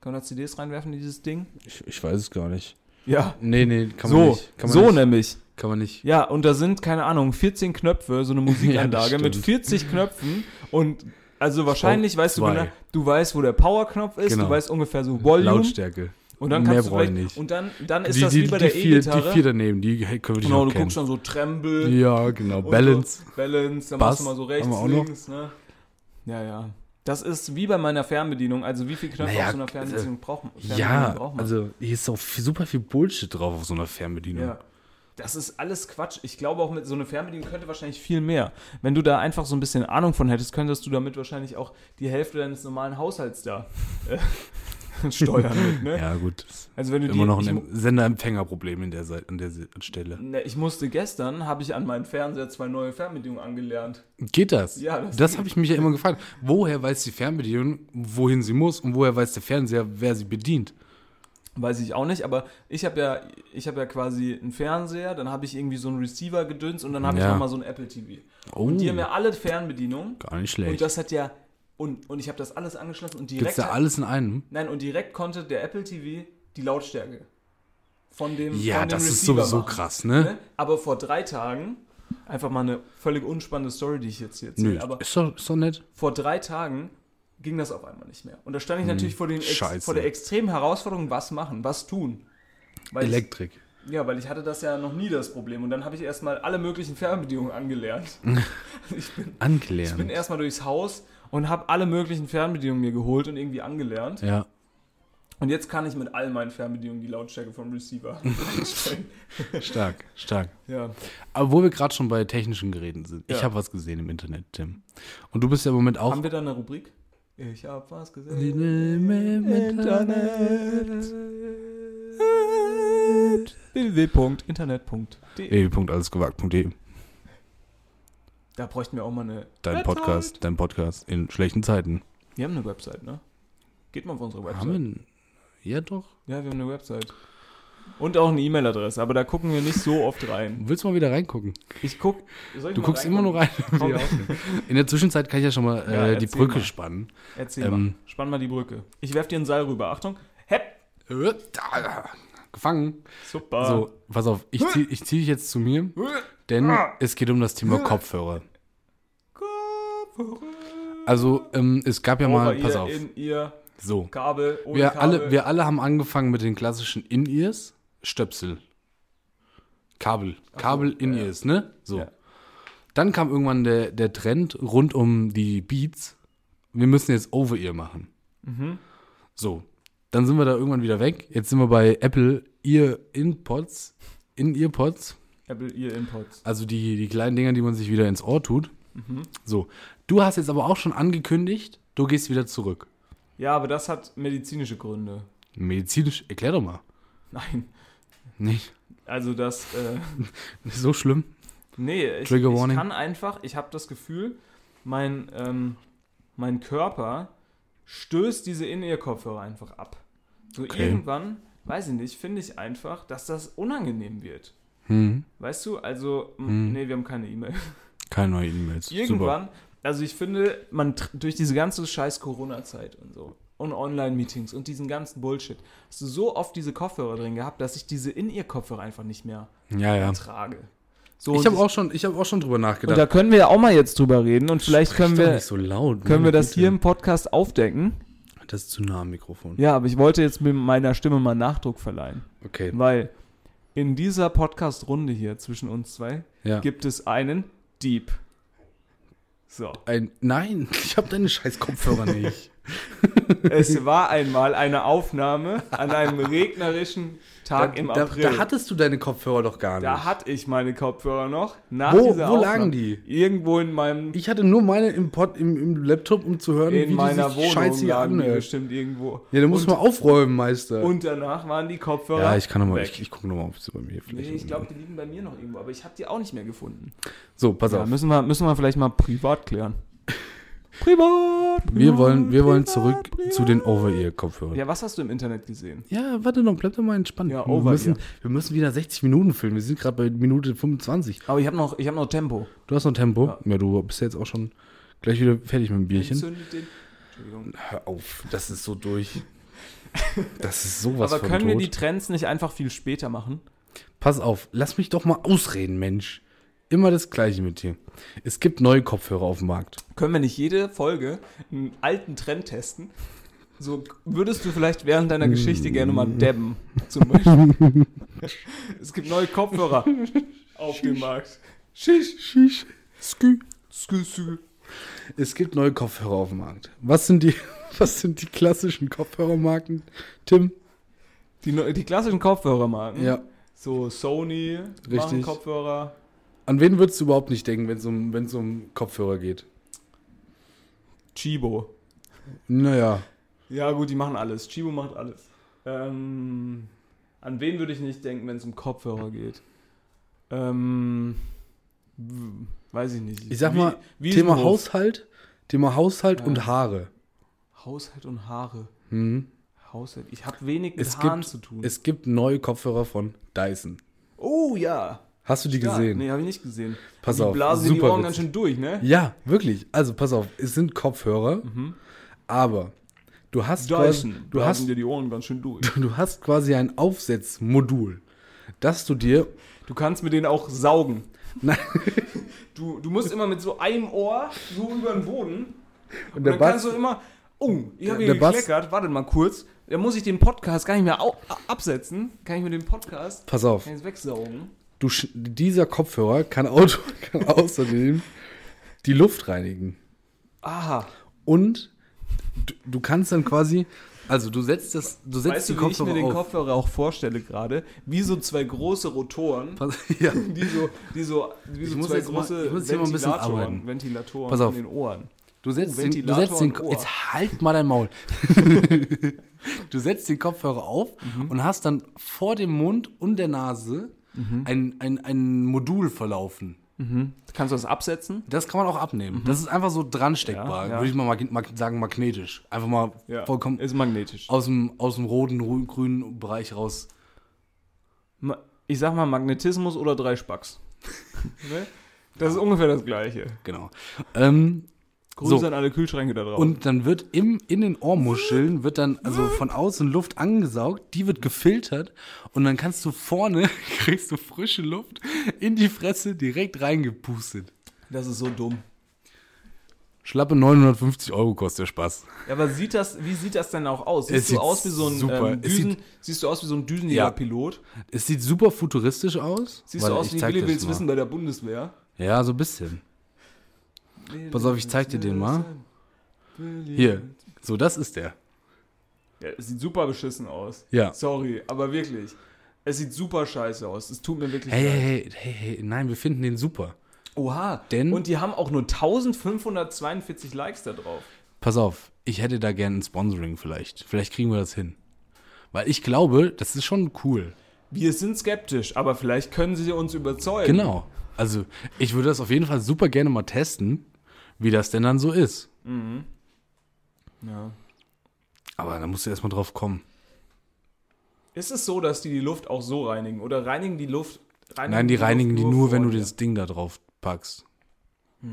S3: Kann man da CDs reinwerfen, in dieses Ding?
S4: Ich, weiß es gar nicht.
S3: Ja.
S4: Nee, nee, kann man
S3: so,
S4: nicht. Kann man
S3: so
S4: nicht.
S3: nämlich.
S4: Kann man nicht.
S3: Ja, und da sind, keine Ahnung, 14 Knöpfe, so eine Musikanlage
S4: Ja, das
S3: mit
S4: stimmt. Oh,
S3: 40 Knöpfen und also wahrscheinlich weißt du
S4: zwei.
S3: genau, du weißt, wo der Power-Knopf ist,
S4: Genau.
S3: du weißt ungefähr so Volume
S4: Lautstärke.
S3: und dann
S4: Mehr
S3: kannst du
S4: brauche ich
S3: vielleicht,
S4: nicht.
S3: und dann, dann ist
S4: Die,
S3: das
S4: die,
S3: wie bei
S4: die,
S3: der
S4: vier, die
S3: E-Gitarre.
S4: vier daneben, die hey, können wir dich
S3: Genau,
S4: auch
S3: du
S4: kennen.
S3: guckst dann so Tremble,
S4: Ja, genau.
S3: Und
S4: Balance.
S3: So, Balance, dann
S4: Bass
S3: machst du mal so rechts,
S4: haben wir auch noch.
S3: links, ne? Ja, ja. Das ist wie bei meiner Fernbedienung. Also wie viel Knöpfe
S4: Naja,
S3: auf so einer
S4: also-
S3: Fernbedienung braucht man? Fernbedienung
S4: Ja,
S3: braucht man.
S4: also hier ist auch viel, super viel Bullshit drauf auf so einer Fernbedienung.
S3: ja. Das ist alles Quatsch. Ich glaube auch mit so einer Fernbedienung könnte wahrscheinlich viel mehr. Wenn du da einfach so ein bisschen Ahnung von hättest, könntest du damit wahrscheinlich auch die Hälfte deines normalen Haushalts da äh, steuern. Mit, ne?
S4: Ja, gut.
S3: Also wenn du
S4: Immer
S3: die,
S4: noch
S3: ich,
S4: ein Senderempfängerproblem in der Seite, an der Se- Stelle.
S3: Ne, ich musste gestern, habe ich an meinen Fernseher zwei neue Fernbedienungen angelernt.
S4: Geht das?
S3: Ja, das
S4: das habe ich mich ja immer gefragt. Woher weiß die Fernbedienung, wohin sie muss und woher weiß der Fernseher, wer sie bedient?
S3: Weiß ich auch nicht, aber ich habe ja, ich habe ja quasi einen Fernseher, dann habe ich irgendwie so einen Receiver gedünst und dann habe ich
S4: Ja.
S3: nochmal so ein Apple TV.
S4: Oh,
S3: Und die haben ja alle Fernbedienungen
S4: gar nicht
S3: und
S4: schlecht.
S3: das hat ja und, und ich habe das alles angeschlossen und
S4: Gibt's
S3: direkt
S4: da alles in einem?
S3: nein und direkt konnte der Apple TV die Lautstärke von dem
S4: Ja,
S3: von dem
S4: das ist
S3: Receiver
S4: sowieso
S3: machen,
S4: krass, ne?
S3: ne? Aber vor drei Tagen einfach mal eine völlig unspannende Story, die ich jetzt hier erzähle,
S4: Nö,
S3: aber
S4: ist doch, ist doch nett.
S3: vor drei Tagen ging das auf einmal nicht mehr. Und da stand ich natürlich vor, den
S4: scheiße.
S3: ex, vor der extremen Herausforderung, was machen, was tun. Weil ich,
S4: Elektrik.
S3: ja, weil ich hatte das ja noch nie das Problem. Und dann habe ich erstmal alle möglichen Fernbedienungen angelernt. ich bin,
S4: Angelernt.
S3: bin erstmal durchs Haus und habe alle möglichen Fernbedienungen mir geholt und irgendwie angelernt.
S4: ja.
S3: Und jetzt kann ich mit all meinen Fernbedienungen die Lautstärke vom Receiver einstellen.
S4: Stark, stark.
S3: Ja.
S4: Aber wo wir gerade schon bei technischen Geräten sind, ich
S3: Ja.
S4: habe was gesehen im Internet, Tim. Und du bist ja im Moment auch.
S3: Haben wir da eine Rubrik? Ich hab was gesehen.
S4: Internet.
S3: www.internet.de
S4: www.allesgewagt.de
S3: Da bräuchten wir auch mal eine
S4: Dein Podcast, dein Podcast in schlechten Zeiten.
S3: Wir haben eine Website, ne? Geht mal auf unsere Website.
S4: Haben wir? Ja, doch.
S3: Ja, wir haben eine Website. Und auch eine E-Mail-Adresse, aber da gucken wir nicht so oft rein.
S4: Willst du mal wieder reingucken?
S3: Ich guck. soll ich
S4: Du
S3: mal
S4: guckst immer nur
S3: reingucken?
S4: rein.
S3: Komm,
S4: In der Zwischenzeit kann ich ja schon mal
S3: Ja,
S4: äh, die
S3: erzähl
S4: Brücke
S3: mal.
S4: spannen.
S3: Erzähl
S4: Ähm.
S3: mal. Spann mal die Brücke. Ich werf dir einen Seil rüber. Achtung. Hepp.
S4: Äh, da, Gefangen.
S3: Super.
S4: So, pass auf, ich zieh, ich zieh dich jetzt zu mir, denn es geht um das Thema Kopfhörer. Also, ähm, es gab ja mal,
S3: Over
S4: pass
S3: ihr,
S4: auf,
S3: in ihr,
S4: so.
S3: Kabel, ohne
S4: Wir
S3: Kabel.
S4: alle, wir alle haben angefangen mit den klassischen In-Ears, Stöpsel. Kabel, Kabel In-Ears, ne? So.
S3: Ja.
S4: Dann kam irgendwann der, der Trend rund um die Beats. Wir müssen jetzt Over-Ear machen.
S3: Mhm.
S4: So. Dann sind wir da irgendwann wieder weg. Jetzt sind wir bei Apple Ear InPods. In-Earpods.
S3: Apple, ihr Imports.
S4: Also die, die kleinen Dinger, die man sich wieder ins Ohr tut.
S3: Mhm.
S4: So. Du hast jetzt aber auch schon angekündigt, du gehst wieder zurück.
S3: Ja, aber das hat medizinische Gründe.
S4: Medizinisch, erklär doch mal.
S3: Nein.
S4: Nicht
S3: Also das, äh,
S4: nicht so schlimm.
S3: Nee, ich,
S4: Trigger
S3: ich
S4: warning.
S3: kann einfach, ich habe das Gefühl, mein, ähm, mein Körper stößt diese In-Ear-Kopfhörer einfach ab. So
S4: Okay.
S3: irgendwann weiß ich nicht, finde ich einfach, dass das unangenehm wird.
S4: Hm.
S3: Weißt du, also, mh,
S4: Hm.
S3: nee, wir haben keine E-Mail.
S4: Keine neuen E-Mails. Super.
S3: Irgendwann, also ich finde, man tr- durch diese ganze scheiß Corona-Zeit und so und Online-Meetings und diesen ganzen Bullshit, hast du so oft diese Kopfhörer drin gehabt, dass ich diese In-Ear-Kopfhörer einfach nicht mehr
S4: Ja, ja.
S3: trage. So,
S4: Ich habe
S3: das-
S4: auch, schon- ich hab auch schon drüber
S3: und da
S4: nachgedacht.
S3: können wir ja auch mal jetzt drüber reden und vielleicht können
S4: Sprich doch
S3: wir,
S4: nicht so laut.
S3: können wir
S4: meine
S3: das
S4: Güte.
S3: hier im Podcast aufdecken.
S4: Das ist zu nah am Mikrofon.
S3: Ja, aber ich wollte jetzt mit meiner Stimme mal Nachdruck verleihen,
S4: Okay.
S3: weil in dieser Podcast-Runde hier zwischen uns zwei
S4: Ja.
S3: gibt es einen Deep. So.
S4: Ein, nein, ich habe deine scheiß Kopfhörer nicht.
S3: Es war einmal eine Aufnahme an einem regnerischen Tag im
S4: da,
S3: April.
S4: da hattest du deine Kopfhörer doch gar nicht.
S3: Da hatte ich meine Kopfhörer noch. Nach
S4: Wo-
S3: dieser
S4: wo
S3: Aufnahme.
S4: lagen die?
S3: Irgendwo in meinem
S4: ich hatte nur meine im, Pod, im, im Laptop, um zu hören,
S3: in
S4: wie die
S3: meiner
S4: sich
S3: Wohnung
S4: scheiße hier
S3: lagen die
S4: anhört.
S3: bestimmt irgendwo.
S4: Ja, da muss man aufräumen, Meister.
S3: Und danach waren die Kopfhörer.
S4: Äh, ja, ich kann nochmal,
S3: weg.
S4: ich, ich gucke nochmal, ob es bei mir vielleicht.
S3: Nee, ich glaube, die liegen bei mir noch irgendwo, aber ich habe die auch nicht mehr gefunden.
S4: so, pass
S3: Ja,
S4: auf.
S3: müssen wir, müssen wir vielleicht mal privat klären. Privat!
S4: Wir
S3: privat,
S4: wollen, wir wollen
S3: privat,
S4: zurück
S3: privat.
S4: zu den Over-Ear-Kopfhörern. Ja.
S3: Ja, was hast du im Internet gesehen?
S4: warte noch, bleib doch mal entspannt.
S3: Ja,
S4: wir,
S3: Over-Ear.
S4: müssen, wir müssen wieder 60 Minuten füllen. Wir sind gerade bei Minute 25.
S3: Aber ich habe noch, ich hab noch Tempo.
S4: Du hast noch Tempo.
S3: Ja.
S4: Ja. du bist ja jetzt auch schon gleich wieder fertig mit dem Bierchen.
S3: Entzündet den. Entschuldigung.
S4: Hör auf, das ist so durch. Das ist sowas
S3: Aber
S4: von
S3: können
S4: tot.
S3: wir die Trends nicht einfach viel später machen?
S4: Pass auf, lass mich doch mal ausreden, Mensch. Immer das Gleiche mit dir. Es gibt neue Kopfhörer auf dem Markt.
S3: Können wir nicht jede Folge einen alten Trend testen? So würdest du vielleicht während deiner Geschichte gerne mal
S4: Mm.
S3: dabben, zum Beispiel. es gibt neue Kopfhörer auf dem Markt.
S4: Schisch, schisch, skü.
S3: Skü, skü.
S4: Es gibt neue Kopfhörer auf dem Markt. Was sind die, was sind die klassischen Kopfhörermarken, Tim?
S3: Die, neu- die klassischen Kopfhörermarken.
S4: Ja.
S3: So Sony machen
S4: Richtig.
S3: Kopfhörer.
S4: An wen würdest du überhaupt nicht denken, wenn es um, wenn's um Kopfhörer geht?
S3: Chibo.
S4: Naja,
S3: Ja gut, die machen alles. Chibo macht alles. Ähm, an wen würde ich nicht denken, wenn es um Kopfhörer geht? Ähm, w- weiß ich nicht.
S4: Ich sag mal,
S3: wie ist
S4: Thema
S3: ein Hof?
S4: Haushalt, Thema Haushalt
S3: Ja.
S4: und Haare.
S3: Haushalt und Haare.
S4: Mhm.
S3: Haushalt. Ich habe wenig mit
S4: Es
S3: Haaren
S4: gibt-
S3: zu tun.
S4: Es gibt neue Kopfhörer von Dyson.
S3: oh ja.
S4: Hast du die
S3: Stark.
S4: gesehen?
S3: Nee, habe ich nicht gesehen.
S4: Pass
S3: die
S4: auf,
S3: blasen die
S4: super
S3: Ohren ganz
S4: witzig.
S3: schön durch, ne?
S4: Ja, wirklich. Also pass auf, es sind Kopfhörer, aber du hast quasi,
S3: Dyson,
S4: du
S3: blasen
S4: hast,
S3: dir die Ohren ganz schön durch.
S4: du hast quasi ein Aufsetzmodul, dass du dir
S3: Du kannst mit denen auch saugen.
S4: Nein.
S3: Du, du musst immer mit so einem Ohr so über den Boden. Und,
S4: der
S3: dann
S4: Bass-
S3: kannst du immer. Oh, ich habe hier
S4: der Bass-
S3: gekleckert. Wartet mal kurz. Dann muss ich den Podcast gar nicht mehr au- a- absetzen. Kann ich mir den Podcast
S4: pass auf,
S3: kann ich es wegsaugen?
S4: du, sch- dieser Kopfhörer kann, Auto, kann außerdem die Luft reinigen
S3: Aha.
S4: und du, du kannst dann quasi, also du setzt das, du setzt
S3: Weißt
S4: die
S3: du, wie ich
S4: Kopfhörer
S3: mir den
S4: auf.
S3: Kopfhörer auch vorstelle gerade? Wie so zwei große Rotoren.
S4: Pass, ja.
S3: Die so, die so, wie so
S4: muss
S3: zwei
S4: jetzt mal-
S3: große
S4: ich muss hier mal ein bisschen
S3: Ventilatoren,
S4: arbeiten.
S3: Ventilatoren
S4: Pass auf.
S3: in den Ohren.
S4: Du setzt
S3: Oh,
S4: den, du
S3: Ventilator
S4: setzt den
S3: und Ohr.
S4: jetzt halt mal dein Maul. du setzt den Kopfhörer auf
S3: Mhm.
S4: und hast dann vor dem Mund und der Nase
S3: Mhm.
S4: ein, ein, ein Modul verlaufen.
S3: Kannst du das absetzen?
S4: Das kann man auch abnehmen. Das ist einfach so dransteckbar,
S3: Mhm. Ja, Also ja.
S4: würde ich mal mag mag sagen, magnetisch. Einfach mal vollkommen
S3: Ist magnetisch.
S4: aus dem, aus dem roten, ru- grünen Bereich raus.
S3: Ma- ich sag mal Magnetismus oder drei Spacks. ne? Das ist ungefähr das Gleiche.
S4: Genau. Ähm,
S3: Grüße
S4: So.
S3: an alle Kühlschränke da drauf.
S4: und dann wird im, in den Ohrmuscheln, wird dann also von außen Luft angesaugt, die wird gefiltert und dann kannst du vorne, kriegst du frische Luft in die Fresse direkt reingepustet.
S3: das ist so dumm.
S4: Schlappe 950 Euro kostet der Spaß.
S3: Ja, aber sieht das, wie sieht das denn auch aus? Siehst
S4: Es
S3: du
S4: sieht
S3: aus wie so ein
S4: super.
S3: Ähm,
S4: Es
S3: Düsen,
S4: sieht-
S3: siehst du aus wie so ein Düsenjägerpilot?
S4: Es sieht super futuristisch aus.
S3: Siehst du
S4: Warte,
S3: aus
S4: ich
S3: wie
S4: zeig
S3: Willi
S4: dir
S3: will's
S4: das mal.
S3: wissen bei der Bundeswehr?
S4: Ja, so ein bisschen. Pass auf, ich zeig dir den mal. Hier, so das ist der.
S3: Ja, es sieht super beschissen aus.
S4: Ja.
S3: Sorry, aber wirklich. Es sieht super scheiße aus. Es tut mir wirklich
S4: Hey,
S3: leid.
S4: hey, hey, hey, hey, nein, wir finden den super.
S3: Oha.
S4: Denn-
S3: und die haben auch nur 1542 Likes da drauf.
S4: Pass auf, ich hätte da gerne ein Sponsoring vielleicht. Vielleicht kriegen wir das hin. Weil ich glaube, das ist schon cool.
S3: Wir sind skeptisch, aber vielleicht können sie uns überzeugen.
S4: Genau. Also, ich würde das auf jeden Fall super gerne mal testen, wie das denn dann so ist.
S3: Ja.
S4: Aber da musst du erstmal drauf kommen.
S3: Ist es so, dass die die Luft auch so reinigen? Oder reinigen die Luft? Reinigen
S4: Nein, die
S3: Luft
S4: reinigen die nur, wenn du
S3: vor-
S4: das Ding da drauf packst.
S3: Ah,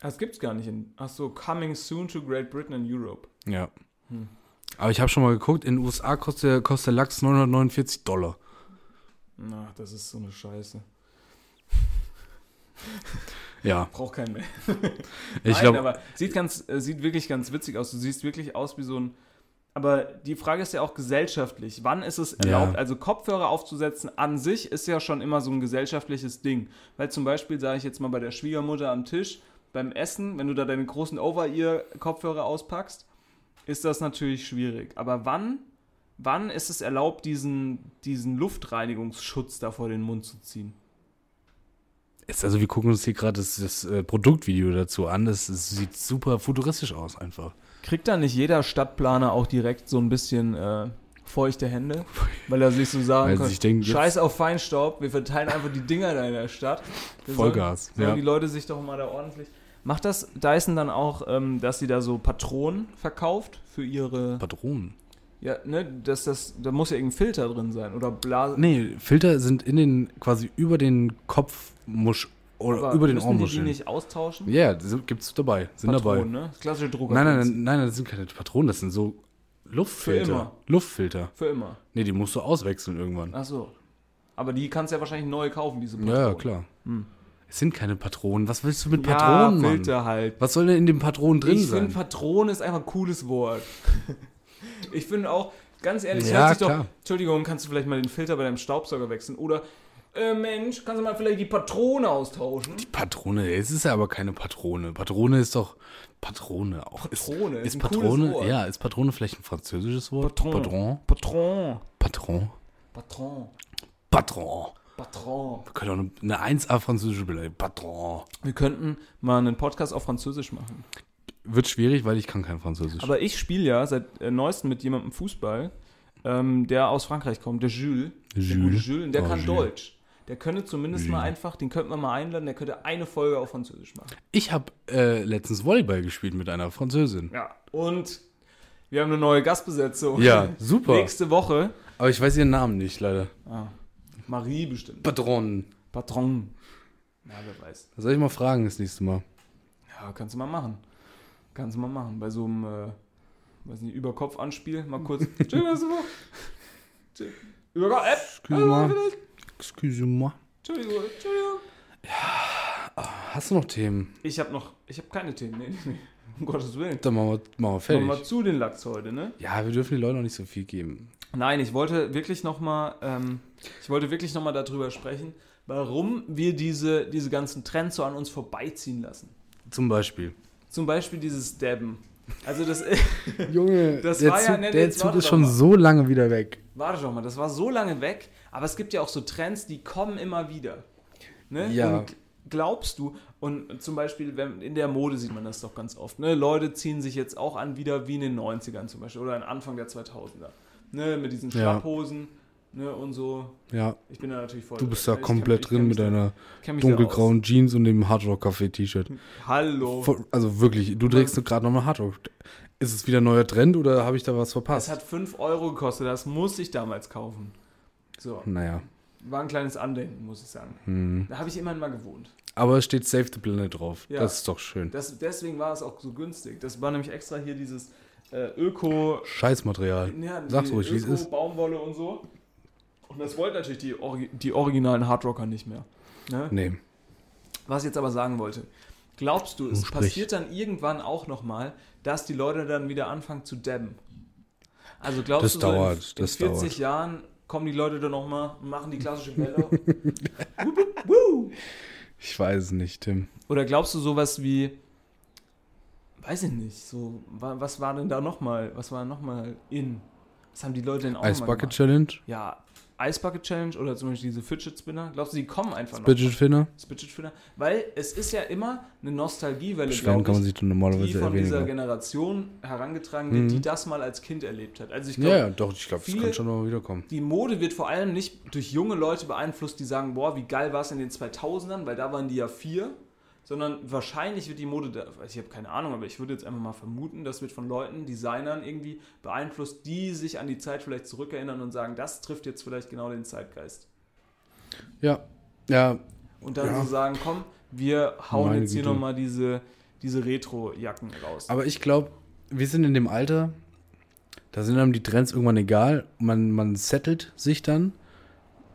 S3: Das gibt's gar nicht. In, ach so, coming soon to Great Britain and Europe.
S4: Ja.
S3: Hm.
S4: Aber ich habe schon mal geguckt, in den USA kostet, der- kostet der Lachs 949 Dollar.
S3: Na, das ist so eine Scheiße.
S4: Ja,
S3: Braucht kein mehr.
S4: ich
S3: Nein,
S4: glaube,
S3: aber sieht ganz, äh, sieht wirklich ganz witzig aus. Du siehst wirklich aus wie so ein. Aber die Frage ist ja auch gesellschaftlich. Wann ist es
S4: Ja.
S3: erlaubt? Also Kopfhörer aufzusetzen an sich ist ja schon immer so ein gesellschaftliches Ding. Weil zum Beispiel, sage ich jetzt mal bei der Schwiegermutter am Tisch, beim Essen, wenn du da deine großen Over-Ear-Kopfhörer auspackst, ist das natürlich schwierig. Aber wann, wann ist es erlaubt, diesen, diesen Luftreinigungsschutz da vor den Mund zu ziehen?
S4: ist also wir gucken uns hier gerade das, das äh, Produktvideo dazu an. Das, das sieht super futuristisch aus einfach.
S3: Kriegt da nicht jeder Stadtplaner auch direkt so ein bisschen äh, feuchte Hände, weil er sich so sagen
S4: Weil
S3: kann,
S4: sich denken, jetzt-
S3: scheiß auf Feinstaub, wir verteilen einfach die Dinger da in der Stadt. Wir
S4: Vollgas,
S3: Sollen, sollen
S4: ja.
S3: die Leute sich doch mal da ordentlich... Macht das Dyson dann auch, ähm, dass sie da so Patronen verkauft für ihre...
S4: Patronen.
S3: Ja, ne, dass das, da muss ja irgendein Filter drin sein oder Blasen.
S4: Nee, Filter sind in den, quasi über den Kopfmusch oder über
S3: müssen
S4: den
S3: die die
S4: Ohrmuscheln.
S3: nicht austauschen?
S4: Ja, die sind- gibt's dabei, sind dabei.
S3: Patronen, ne? Das klassische Drucker.
S4: Nein, nein, nein, nein, das sind keine Patronen, das sind so
S3: Für
S4: Luftfilter.
S3: immer. Ah,
S4: Luftfilter.
S3: Für immer.
S4: Nee, die musst du auswechseln irgendwann.
S3: Ach so. Aber die kannst du ja wahrscheinlich neu kaufen, diese
S4: Ja, ja, klar. Es sind keine Patronen. Was willst du mit
S3: Patronen,
S4: Patronen,
S3: Hm. ja,
S4: Mann?
S3: Filter halt.
S4: Was soll denn in dem Patron drin
S3: ich
S4: sein?
S3: finde, Patron ist einfach ein cooles Wort. ich finde auch, ganz ehrlich,
S4: Ja,
S3: hört sich doch,
S4: klar.
S3: Entschuldigung, kannst du vielleicht mal den Filter bei deinem Staubsauger wechseln? Oder, äh, Mensch, kannst du mal vielleicht die Patrone austauschen?
S4: Patrone, ey, es ist ja aber keine Patrone. Patrone ist doch Patrone auch.
S3: Patrone
S4: ist,
S3: ist ein
S4: ist
S3: cooles
S4: Patrone,
S3: Wort.
S4: ja, ist Patrone vielleicht ein französisches Wort? Patron,
S3: Patron.
S4: Patron,
S3: Patron.
S4: Patron.
S3: Patron.
S4: Wir können auch eine, eine 1A französische beleidigen. Patron.
S3: Wir könnten mal einen Podcast auf Französisch machen.
S4: Wird schwierig, weil ich kann kein Französisch.
S3: Aber ich spiele ja seit äh, neuestem mit jemandem Fußball, ähm, der aus Frankreich kommt, der Jules. Der
S4: Jules.
S3: gute Jules. Und der
S4: Oh,
S3: kann
S4: Jules.
S3: Deutsch. Der könnte zumindest mal einfach, den könnten wir mal einladen, der könnte eine Folge auf Französisch machen.
S4: ich habe äh, letztens Volleyball gespielt mit einer Französin.
S3: Ja, und wir haben eine neue Gastbesetzung.
S4: Ja, super.
S3: Nächste Woche.
S4: Aber ich weiß ihren Namen nicht, leider.
S3: Marie bestimmt.
S4: Patron.
S3: Patron. Ja, wer weiß.
S4: Soll ich mal fragen das nächste Mal?
S3: Ja, kannst du mal machen. Kannst du mal machen. Bei so einem, äh, weiß nicht, Überkopf-Anspiel. Mal kurz. Tschüss, was du- Tschüss. Überkopf. Äh,
S4: Excuse-moi. Excuse-moi.
S3: Entschuldigung, Entschuldigung.
S4: Hast du noch Themen?
S3: Ich habe noch, ich habe keine Themen. Nee, nee, nee. Um Gottes Willen.
S4: Dann machen wir, machen wir
S3: Noch
S4: fertig.
S3: mal zu den Lachs heute, ne?
S4: Ja, wir dürfen den Leuten noch nicht so viel geben.
S3: Nein, ich wollte wirklich nochmal, ähm, ich wollte wirklich noch mal darüber sprechen, warum wir diese, diese ganzen Trends so an uns vorbeiziehen lassen.
S4: Zum Beispiel.
S3: Zum Beispiel dieses Dabben. Also das
S4: Junge,
S3: Das
S4: der
S3: war ja-
S4: Zug,
S3: nee, nee,
S4: der
S3: jetzt
S4: Zug
S3: warte
S4: ist
S3: doch
S4: schon
S3: mal.
S4: so lange wieder weg.
S3: warte doch mal, das war so lange weg, aber es gibt ja auch so Trends, die kommen immer wieder. Ne?
S4: Ja.
S3: Und glaubst du, und zum Beispiel wenn, in der Mode sieht man das doch ganz oft, ne? Leute ziehen sich jetzt auch an wieder wie in den 90ern zum Beispiel oder an Anfang der 2000er. Ne? Mit diesen
S4: Ja.
S3: Schlapphosen ne? und so.
S4: Ja,
S3: Ich bin da natürlich voll.
S4: du bist da
S3: ich kenn-
S4: komplett
S3: ich kenn
S4: drin
S3: mich
S4: mit
S3: da-
S4: deiner
S3: kenn mich da
S4: dunkelgrauen Jeans und dem Hardrock-Café-T-Shirt.
S3: aus. Hallo.
S4: Voll- Also wirklich, du trägst gerade nochmal Hardrock. Ist es wieder ein neuer Trend oder habe ich da was
S3: Das
S4: verpasst?
S3: hat 5 Euro gekostet, das musste ich damals kaufen. So,
S4: Naja,
S3: war ein kleines Andenken, muss ich sagen.
S4: Mhm.
S3: Da habe ich immerhin mal gewohnt.
S4: aber es steht Save the Planet drauf.
S3: Ja.
S4: Das ist doch schön.
S3: Das, deswegen war es auch so günstig. Das war nämlich extra hier dieses äh, Öko.
S4: Scheißmaterial.
S3: Ja, die
S4: Sag's ruhig, wie es
S3: Öko-
S4: ist.
S3: Baumwolle und so. Und das wollten natürlich die, Ori die originalen Hardrocker nicht mehr. Ne?
S4: Nee.
S3: Was ich jetzt aber sagen wollte, glaubst du, es
S4: sprich.
S3: passiert dann irgendwann auch nochmal, dass die Leute dann wieder anfangen zu dabben? Also glaubst
S4: Das
S3: du,
S4: dauert,
S3: so in,
S4: das
S3: in 40
S4: dauert.
S3: Jahren kommen die Leute dann nochmal und machen die klassische Welle? Wup, wup, wuh.
S4: Ich weiß es nicht, Tim.
S3: Oder glaubst du sowas wie, weiß ich nicht, so, wa- was war denn da nochmal, was war nochmal in? Was haben die Leute denn auch
S4: Ice
S3: noch mal
S4: Bucket
S3: gemacht?
S4: Challenge,
S3: Ja, Ice Bucket Challenge oder zum Beispiel diese Fidget Spinner. Glaubst du, die kommen einfach noch?
S4: Budget Finner.
S3: Spidget Twitter, weil es ist ja immer eine Nostalgiewelle,
S4: Beschweren
S3: glaube
S4: kann man
S3: ich,
S4: sich dann
S3: die
S4: normalerweise
S3: von dieser
S4: erwähnen.
S3: Generation herangetragen wird, die das mal als Kind erlebt hat. Also ich glaube,
S4: Mhm. Ja, ja, doch, ich glaube, das
S3: viele-
S4: kann schon mal wiederkommen.
S3: die Mode wird vor allem nicht durch junge Leute beeinflusst, die sagen, boah, wie geil war es in den 2000ern, weil da waren die ja vier, sondern wahrscheinlich wird die Mode, da, ich habe keine Ahnung, aber ich würde jetzt einfach mal vermuten, das wird von Leuten, Designern irgendwie beeinflusst, die sich an die Zeit vielleicht zurückerinnern und sagen, das trifft jetzt vielleicht genau den Zeitgeist.
S4: Ja, ja,
S3: Und dann
S4: Ja.
S3: so sagen, komm, wir hauen
S4: Meine
S3: jetzt hier
S4: Güte.
S3: nochmal diese, diese Retro-Jacken raus.
S4: Aber ich glaube, wir sind in dem Alter, da sind einem die Trends irgendwann egal. Man, man settelt sich dann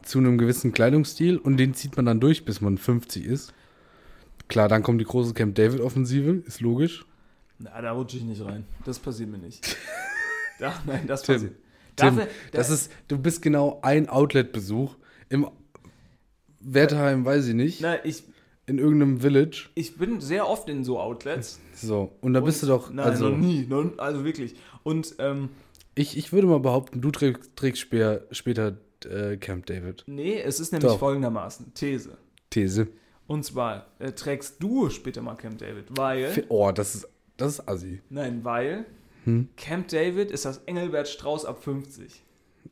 S4: zu einem gewissen Kleidungsstil und den zieht man dann durch, bis man 50 ist. Klar, dann kommt die große Camp David-Offensive, ist logisch.
S3: Na, da rutsche ich nicht rein. Das passiert mir nicht. da, nein, das
S4: Tim,
S3: passiert.
S4: Tim,
S3: Dafür-
S4: das
S3: da-
S4: ist, du bist genau ein Outlet-Besuch im Wertheim, weiß ich nicht,
S3: Na, ich,
S4: in irgendeinem Village.
S3: ich bin sehr oft in so Outlets.
S4: So, und da bist du
S3: Und-
S4: doch,
S3: Nein,
S4: also
S3: noch nie. Noch, also wirklich. Und, ähm,
S4: ich, ich würde mal behaupten, du trägst, trägst später, später äh, Camp David.
S3: nee, es ist nämlich
S4: Doch.
S3: folgendermaßen: These.
S4: These.
S3: Und zwar äh, trägst du später mal Camp David, weil.
S4: Fe- Oh, das ist, das ist assi.
S3: nein, weil.
S4: Hm?
S3: Camp David ist das Engelbert Strauß ab 50.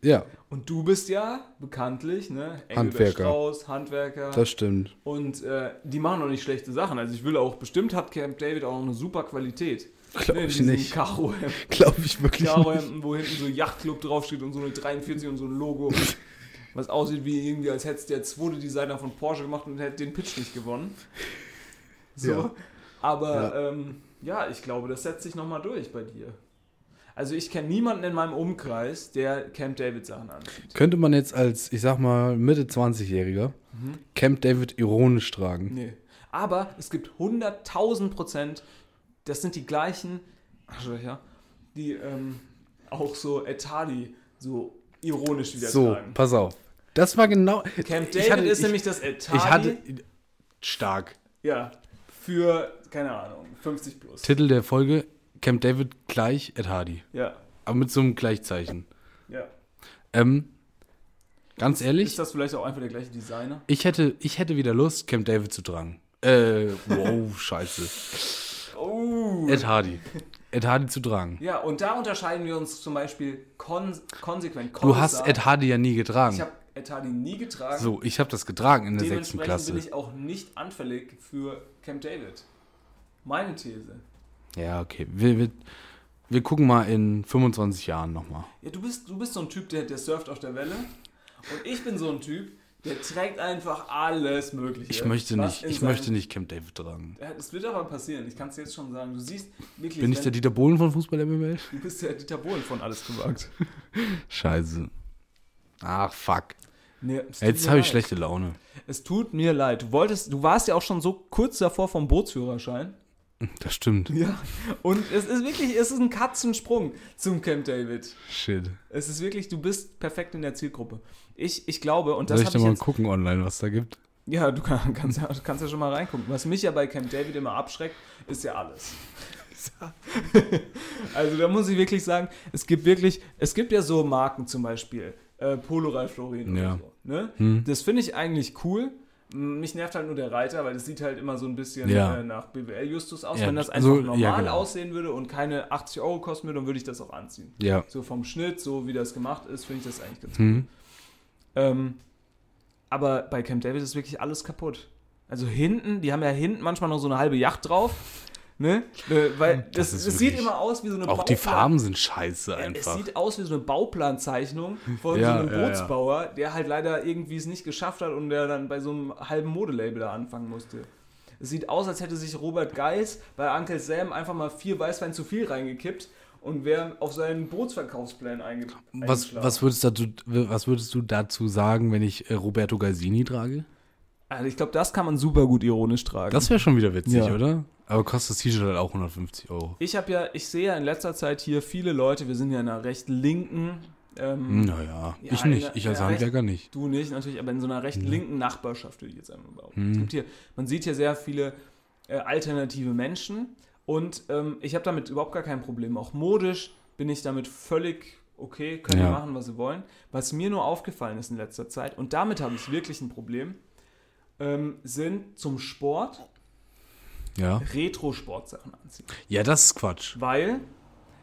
S4: Ja,
S3: Und du bist ja bekanntlich, ne? Engelbert
S4: Handwerker.
S3: Strauß, Handwerker.
S4: das stimmt.
S3: Und äh, die machen auch nicht schlechte Sachen. Also ich will auch, bestimmt hat Camp David auch noch eine super Qualität.
S4: Glaub
S3: Ne,
S4: ich
S3: diesen
S4: nicht.
S3: Karohemden,
S4: Glaube ich wirklich nicht.
S3: Karohemden, wo hinten so Yachtclub draufsteht und so eine 43 und so ein Logo. was aussieht wie irgendwie, als hätte der zweite Designer von Porsche gemacht und hätte den Pitch nicht gewonnen. So.
S4: Ja.
S3: Aber ja. Ähm, ja, ich glaube, das setzt sich nochmal durch bei dir. Also ich kenne niemanden in meinem Umkreis, der Camp David Sachen anzieht.
S4: Könnte man jetzt als, ich sag mal, Mitte 20-Jähriger Camp David ironisch tragen?
S3: Nee. Aber es gibt 100.000 Prozent, das sind die gleichen Arschlöcher, die ähm, auch so Etadi so ironisch wieder
S4: so,
S3: tragen.
S4: pass auf. Das war genau.
S3: Camp
S4: ich
S3: David
S4: hatte-
S3: ist
S4: ich,
S3: nämlich das Etadi.
S4: Ich hatte. Stark.
S3: Ja, für, keine Ahnung, 50 plus.
S4: Titel der Folge: Camp David gleich Ed Hardy.
S3: Ja,
S4: Aber mit so einem Gleichzeichen.
S3: ja.
S4: Ähm, ganz
S3: Ist
S4: ehrlich,
S3: das vielleicht auch einfach der gleiche Designer?
S4: ich hätte, ich hätte wieder Lust, Camp David zu tragen. Äh, wow, scheiße.
S3: Oh.
S4: Ed Hardy. Ed Hardy zu tragen.
S3: Ja, und da unterscheiden wir uns zum Beispiel kon konsequent.
S4: Du hast Ed Hardy ja nie getragen.
S3: Ich habe Etadi nie getragen.
S4: so, ich habe das getragen in der sechsten
S3: Dementsprechend
S4: Klasse.
S3: bin ich auch nicht anfällig für Camp David. Meine These.
S4: Ja, okay. Wir, wir, wir gucken mal in 25 Jahren nochmal.
S3: Ja, du bist, du bist so ein Typ, der, der surft auf der Welle. Und ich bin so ein Typ, der trägt einfach alles Mögliche.
S4: Ich möchte
S3: was
S4: nicht,
S3: in
S4: ich
S3: seinem-
S4: möchte nicht Camp David tragen.
S3: Ja, Das wird aber passieren, ich kann es jetzt schon sagen. Du siehst wirklich,
S4: Bin ich
S3: wenn-
S4: der Dieter Bohlen von Fußball MML?
S3: du bist der Dieter Bohlen von Alles gewagt.
S4: Scheiße. Ach, fuck.
S3: Nee, es tut
S4: Jetzt
S3: mir
S4: habe ich
S3: leid.
S4: schlechte Laune.
S3: Es tut mir leid. Du wolltest, du warst ja auch schon so kurz davor vom Bootsführerschein.
S4: Das stimmt.
S3: Ja. Und es ist wirklich, es ist ein Katzensprung zum Camp David.
S4: Shit.
S3: Es ist wirklich, du bist perfekt in der Zielgruppe. Ich, ich glaube, und das
S4: Soll ich
S3: habe
S4: da
S3: ich
S4: mal
S3: jetzt,
S4: gucken online, was da gibt?
S3: ja, du kann, kannst, ja- kannst ja schon mal reingucken. Was mich ja bei Camp David immer abschreckt, ist ja alles. also da muss ich wirklich sagen, es gibt wirklich, es gibt ja so Marken zum Beispiel, äh, Polo Ralph Lauren
S4: Ja. Hm.
S3: oder so. Ne? Das finde ich eigentlich cool. M, Mich nervt halt nur der Reiter, weil das sieht halt immer so ein bisschen
S4: Ja.
S3: äh, nach BWL Justus aus.
S4: Ja,
S3: Wenn das einfach
S4: also- ja,
S3: normal
S4: genau.
S3: aussehen würde und keine 80 Euro kosten würde, dann würde ich das auch anziehen.
S4: Ja.
S3: So vom Schnitt, so wie das gemacht ist, finde ich das eigentlich ganz
S4: Hm?
S3: ähm, aber bei Camp David ist wirklich alles kaputt. Also hinten, die haben ja hinten manchmal noch so eine halbe Yacht drauf. Ne? Äh, weil das,
S4: Das
S3: das,
S4: ist
S3: sieht
S4: wirklich-
S3: immer aus wie so eine
S4: Auch die
S3: Bauplan-
S4: Farben sind scheiße
S3: Ja, Es
S4: einfach.
S3: sieht aus wie so eine Bauplanzeichnung von
S4: Ja,
S3: so einem
S4: ja, ja.
S3: Bootsbauer, der halt leider irgendwie es nicht geschafft hat und der dann bei so einem halben Modelabel da anfangen musste. Es sieht aus, als hätte sich Robert Geis bei Uncle Sam einfach mal vier Weißwein zu viel reingekippt und wäre auf seinen Bootsverkaufsplan einge
S4: Was,
S3: eingeschlagen.
S4: was, würdest dazu, was würdest du dazu sagen, wenn ich äh, Roberto Gazzini trage?
S3: Also ich glaube, das kann man super gut ironisch tragen.
S4: Das wäre schon wieder witzig,
S3: Ja.
S4: oder? Aber kostet das T-Shirt halt auch 150 Euro.
S3: ich habe ja, ich sehe ja in letzter Zeit hier viele Leute, wir sind ja in einer recht linken, ähm,
S4: Naja,
S3: Ja,
S4: Hm, ich nicht.
S3: ja,
S4: Ich als
S3: ja,
S4: Handwerker nicht.
S3: du nicht natürlich, aber in so einer recht linken Nachbarschaft würde ich jetzt einmal behaupten. Es gibt hier, man sieht hier sehr viele äh, alternative Menschen und ähm, ich habe damit überhaupt gar kein Problem. Auch modisch bin ich damit völlig okay, können
S4: Ja.
S3: die machen, was sie wollen. Was mir nur aufgefallen ist in letzter Zeit und damit habe ich wirklich ein Problem, ähm, sind zum Sport
S4: Ja.
S3: Retro-Sportsachen anziehen.
S4: Ja, das ist Quatsch.
S3: weil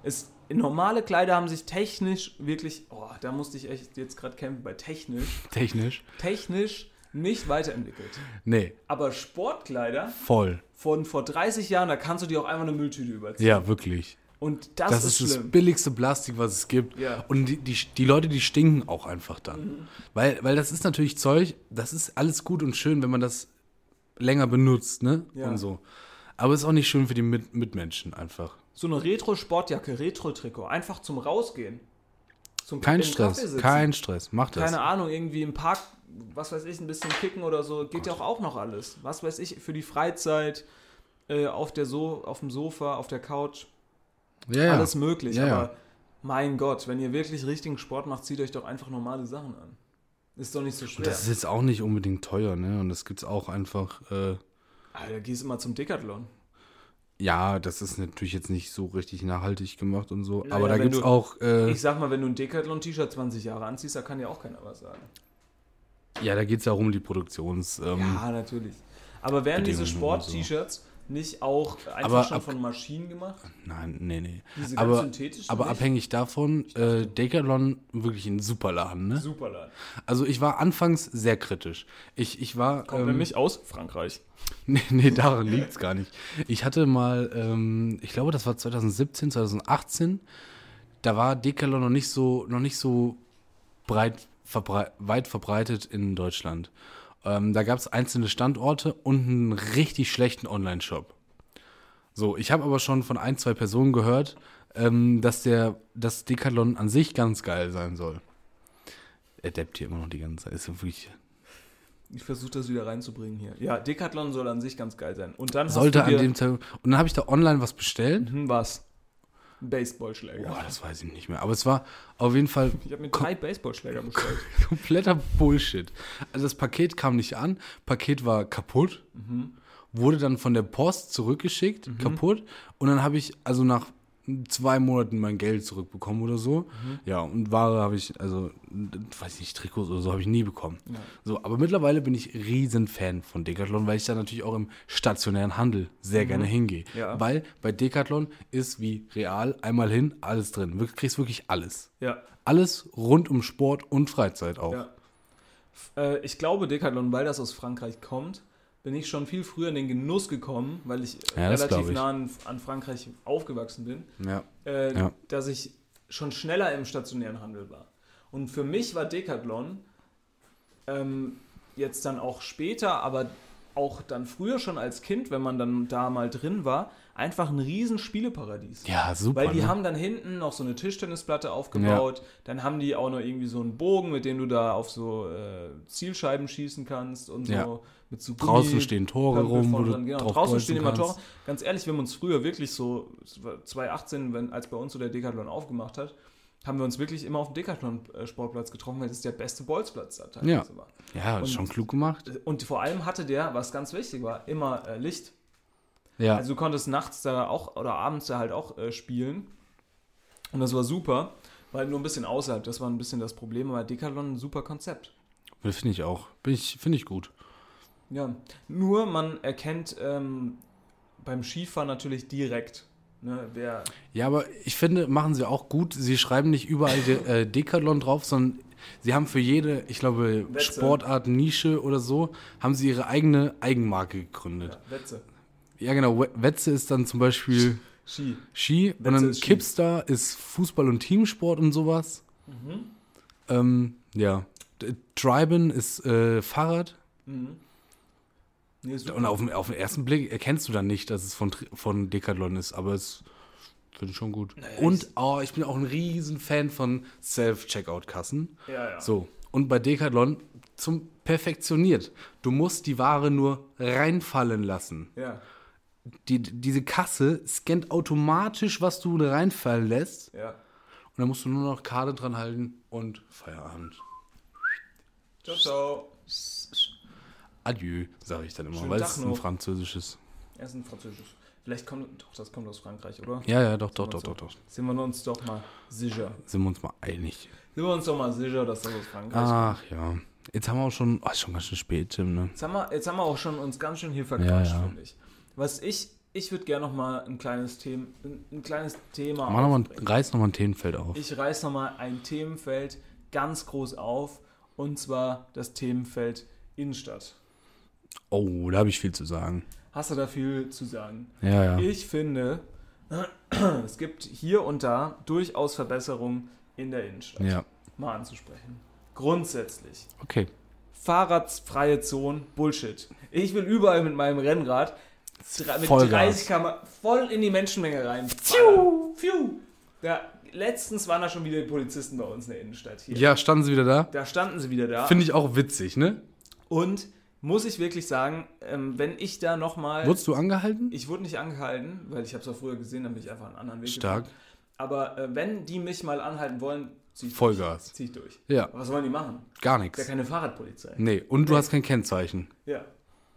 S3: es normale Kleider haben sich technisch wirklich, oh, da musste ich echt jetzt gerade kämpfen bei technisch,
S4: Technisch.
S3: technisch nicht weiterentwickelt.
S4: Nee,
S3: Aber Sportkleider
S4: voll.
S3: von vor 30 Jahren, da kannst du dir auch einfach eine Mülltüte überziehen.
S4: Ja, wirklich.
S3: Und das,
S4: Das,
S3: ist,
S4: ist, das
S3: schlimm.
S4: billigste Plastik, was es gibt.
S3: Ja. Mhm.
S4: Und die, die, die Leute, die stinken auch einfach dann. Weil, weil das ist natürlich Zeug, das ist alles gut und schön, wenn man das länger benutzt, ne?
S3: Ja.
S4: Und so. Aber ist auch nicht schön für die Mit Mitmenschen einfach.
S3: so eine Retro-Sportjacke, Retro-Trikot, einfach zum Rausgehen. Zum
S4: Kein
S3: im Café
S4: Stress,
S3: sitzen.
S4: kein Stress, mach das.
S3: Keine Ahnung, irgendwie im Park, was weiß ich, ein bisschen kicken oder so, geht ja auch, auch noch alles. Was weiß ich, für die Freizeit, äh, auf, der so auf dem Sofa, auf der Couch,
S4: ja, ja.
S3: alles möglich.
S4: Ja, ja.
S3: aber mein Gott, wenn ihr wirklich richtigen Sport macht, zieht euch doch einfach normale Sachen an. Ist doch nicht so schwer.
S4: Das ist jetzt auch nicht unbedingt teuer, ne? Und das gibt's auch einfach. Äh,
S3: Alter, Ah, gehst immer zum Decathlon.
S4: ja, das ist natürlich jetzt nicht so richtig nachhaltig gemacht und so.
S3: Naja,
S4: aber da
S3: wenn
S4: gibt's
S3: du-
S4: auch. Äh,
S3: Ich sag mal, wenn du ein Decathlon-T-Shirt 20 Jahre anziehst, da kann ja auch keiner was
S4: Hm.
S3: sagen.
S4: ja, da geht's ja um die Produktions. Ähm,
S3: Ja, natürlich. Aber werden diese
S4: Bedingungen und so.
S3: Sport-T-Shirts nicht auch einfach
S4: Aber
S3: schon
S4: ab-
S3: von Maschinen gemacht?
S4: Nein, nee, nee.
S3: Diese ganz
S4: aber
S3: synthetischen
S4: aber
S3: nicht?
S4: abhängig davon, äh, Decathlon wirklich ein super Laden, ne?
S3: Super, Leute.
S4: Also ich war anfangs sehr kritisch. Ich, ich war. ähm,
S3: Kommt nämlich aus Frankreich.
S4: Nee, nee, daran liegt es gar nicht. Ich hatte mal, ähm, ich glaube, das war 2017, 2018, da war Decathlon noch nicht so, noch nicht so breit verbrei weit verbreitet in Deutschland. Ähm, da gab es einzelne Standorte und einen richtig schlechten Online-Shop. So, ich habe aber schon von ein, zwei Personen gehört, ähm, dass der, dass Decathlon an sich ganz geil sein soll. Er deppt hier immer noch die ganze Zeit. Ist wirklich
S3: Ich versuche das wieder reinzubringen hier. Ja, Decathlon soll an sich ganz geil sein. Und dann
S4: sollte
S3: hast
S4: an
S3: du dir,
S4: dem Zeitpunkt. Und dann habe ich da online was bestellt.
S3: Hm, was? Ein Baseballschläger.
S4: Boah, das weiß ich nicht mehr. Aber es war auf jeden Fall
S3: Ich habe mir drei Baseballschläger bestellt.
S4: kompletter Bullshit. Also das Paket kam nicht an, Paket war kaputt, wurde dann von der Post zurückgeschickt, kaputt. Und dann habe ich also nach zwei Monaten mein Geld zurückbekommen oder so. Ja, und Ware habe ich, also, weiß ich nicht, Trikots oder so habe ich nie bekommen. So, aber mittlerweile bin ich riesen Fan von Decathlon, weil ich da natürlich auch im stationären Handel sehr gerne hingehe.
S3: Ja.
S4: Weil bei Decathlon ist wie real einmal hin, alles drin. Du kriegst wirklich alles.
S3: ja,
S4: Alles rund um Sport und Freizeit auch.
S3: ja. F- Äh, ich glaube, Decathlon, weil das aus Frankreich kommt, bin ich schon viel früher in den Genuss gekommen, weil ich äh,
S4: Ja, das glaub
S3: relativ
S4: ich.
S3: nah an, an Frankreich aufgewachsen bin.
S4: Ja.
S3: äh,
S4: Ja.
S3: dass ich schon schneller im stationären Handel war. Und für mich war Decathlon ähm, jetzt dann auch später, aber auch dann früher schon als Kind, wenn man dann da mal drin war, einfach ein riesen Spieleparadies.
S4: Ja, super.
S3: Weil die
S4: ne?
S3: haben dann hinten noch so eine Tischtennisplatte aufgebaut, dann haben die auch noch irgendwie so einen Bogen, mit dem du da auf so äh, Zielscheiben schießen kannst und so.
S4: Ja.
S3: Mit so Gummi-
S4: Draußen stehen Tore
S3: Pömpel
S4: rum, wo
S3: vorne
S4: du
S3: dran, genau.
S4: drauf
S3: Draußen
S4: kreuzen
S3: stehen immer Tore.
S4: kannst.
S3: Ganz ehrlich, wenn wir uns früher wirklich so, es war 2018, wenn, als bei uns so der Decathlon aufgemacht hat, haben wir uns wirklich immer auf dem Decathlon-Sportplatz getroffen, weil das der beste Bolzplatz da teilweise
S4: Ja.
S3: war.
S4: Ja,
S3: Und-
S4: schon klug gemacht.
S3: Und vor allem hatte der, was ganz wichtig war, immer äh, Licht.
S4: Ja,
S3: Also du konntest nachts da auch oder abends da halt auch äh, spielen. Und das war super, weil nur ein bisschen außerhalb, das war ein bisschen das Problem, aber Decathlon ein super Konzept.
S4: finde ich auch. Bin ich- Finde ich gut.
S3: Ja, nur man erkennt ähm, beim Skifahren natürlich direkt, ne, wer
S4: Ja, aber ich finde, machen sie auch gut. Sie schreiben nicht überall de, äh, Decathlon drauf, sondern sie haben für jede, ich glaube,
S3: Wetzel.
S4: Sportart, Nische oder so, haben sie ihre eigene Eigenmarke gegründet.
S3: Wetze.
S4: Ja, genau. We- Wetze ist dann zum Beispiel
S3: Ski.
S4: Ski und dann
S3: ist Ski.
S4: Kipstar ist Fußball und Teamsport und sowas.
S3: Mhm.
S4: Ähm, ja. D- Triben ist äh, Fahrrad.
S3: Nee, super.
S4: Und auf den, auf den ersten Blick erkennst du dann nicht, dass es von, Tri- von Decathlon ist, aber es finde ich schon gut. und oh, ich bin auch ein riesen Fan von Self-Checkout-Kassen.
S3: Ja, ja.
S4: So, und bei Decathlon zum perfektioniert. Du musst die Ware nur reinfallen lassen.
S3: Ja,
S4: Die, diese Kasse scannt automatisch, was du reinfallen lässt.
S3: ja.
S4: Und dann musst du nur noch Karte dran halten und Feierabend.
S3: Ciao, ciao.
S4: Adieu, sage ich dann immer,
S3: Schönen
S4: weil
S3: Tag
S4: es ist ein
S3: noch.
S4: französisches.
S3: Er ist ein Französisch. Vielleicht kommt, doch, das kommt aus Frankreich, oder?
S4: Ja, ja, doch, doch,
S3: wir
S4: doch,
S3: uns
S4: doch,
S3: so.
S4: doch.
S3: Sind wir uns doch mal sicher.
S4: Also, Sind wir uns mal einig.
S3: Sind wir uns doch mal sicher, dass das aus Frankreich kommt.
S4: Ach ja. Jetzt haben wir auch schon, oh, ist schon ganz schön spät, Tim, ne?
S3: Jetzt haben, wir, jetzt haben wir auch schon uns ganz schön hier verquatscht,
S4: Ja, ja.
S3: finde ich. Was ich, ich würde gerne nochmal ein kleines Thema, ein, ein kleines Thema
S4: Mach noch mal,
S3: aufbringen.
S4: reiß nochmal ein Themenfeld auf.
S3: Ich reiß nochmal ein Themenfeld ganz groß auf und zwar das Themenfeld Innenstadt.
S4: Oh, da habe ich viel zu sagen.
S3: Hast du da viel zu sagen?
S4: Ja, ja.
S3: Ich finde, es gibt hier und da durchaus Verbesserungen in der Innenstadt.
S4: Ja,
S3: Mal anzusprechen. Grundsätzlich.
S4: okay.
S3: Fahrradfreie Zonen, Bullshit. Ich will überall mit meinem Rennrad dre- mit 30
S4: Vollgas.
S3: km voll in die Menschenmenge rein. Pfiou. Da, letztens waren da schon wieder die Polizisten bei uns in der Innenstadt hier.
S4: Ja, standen sie wieder da?
S3: Da standen sie wieder da.
S4: Finde ich auch witzig, ne?
S3: und muss ich wirklich sagen, ähm, wenn ich da nochmal.
S4: Wurdest du angehalten?
S3: Ich wurde nicht angehalten, weil ich habe es auch früher gesehen, dann bin ich einfach einen anderen Weg
S4: Stark.
S3: gegangen. Aber äh, wenn die mich mal anhalten wollen, zieh ich
S4: Vollgas.
S3: Durch. Zieh ich durch.
S4: Ja,
S3: Aber was wollen die machen?
S4: gar
S3: Ist ja
S4: nichts.
S3: keine Fahrradpolizei.
S4: Nee, und du hast kein Kennzeichen.
S3: Ja.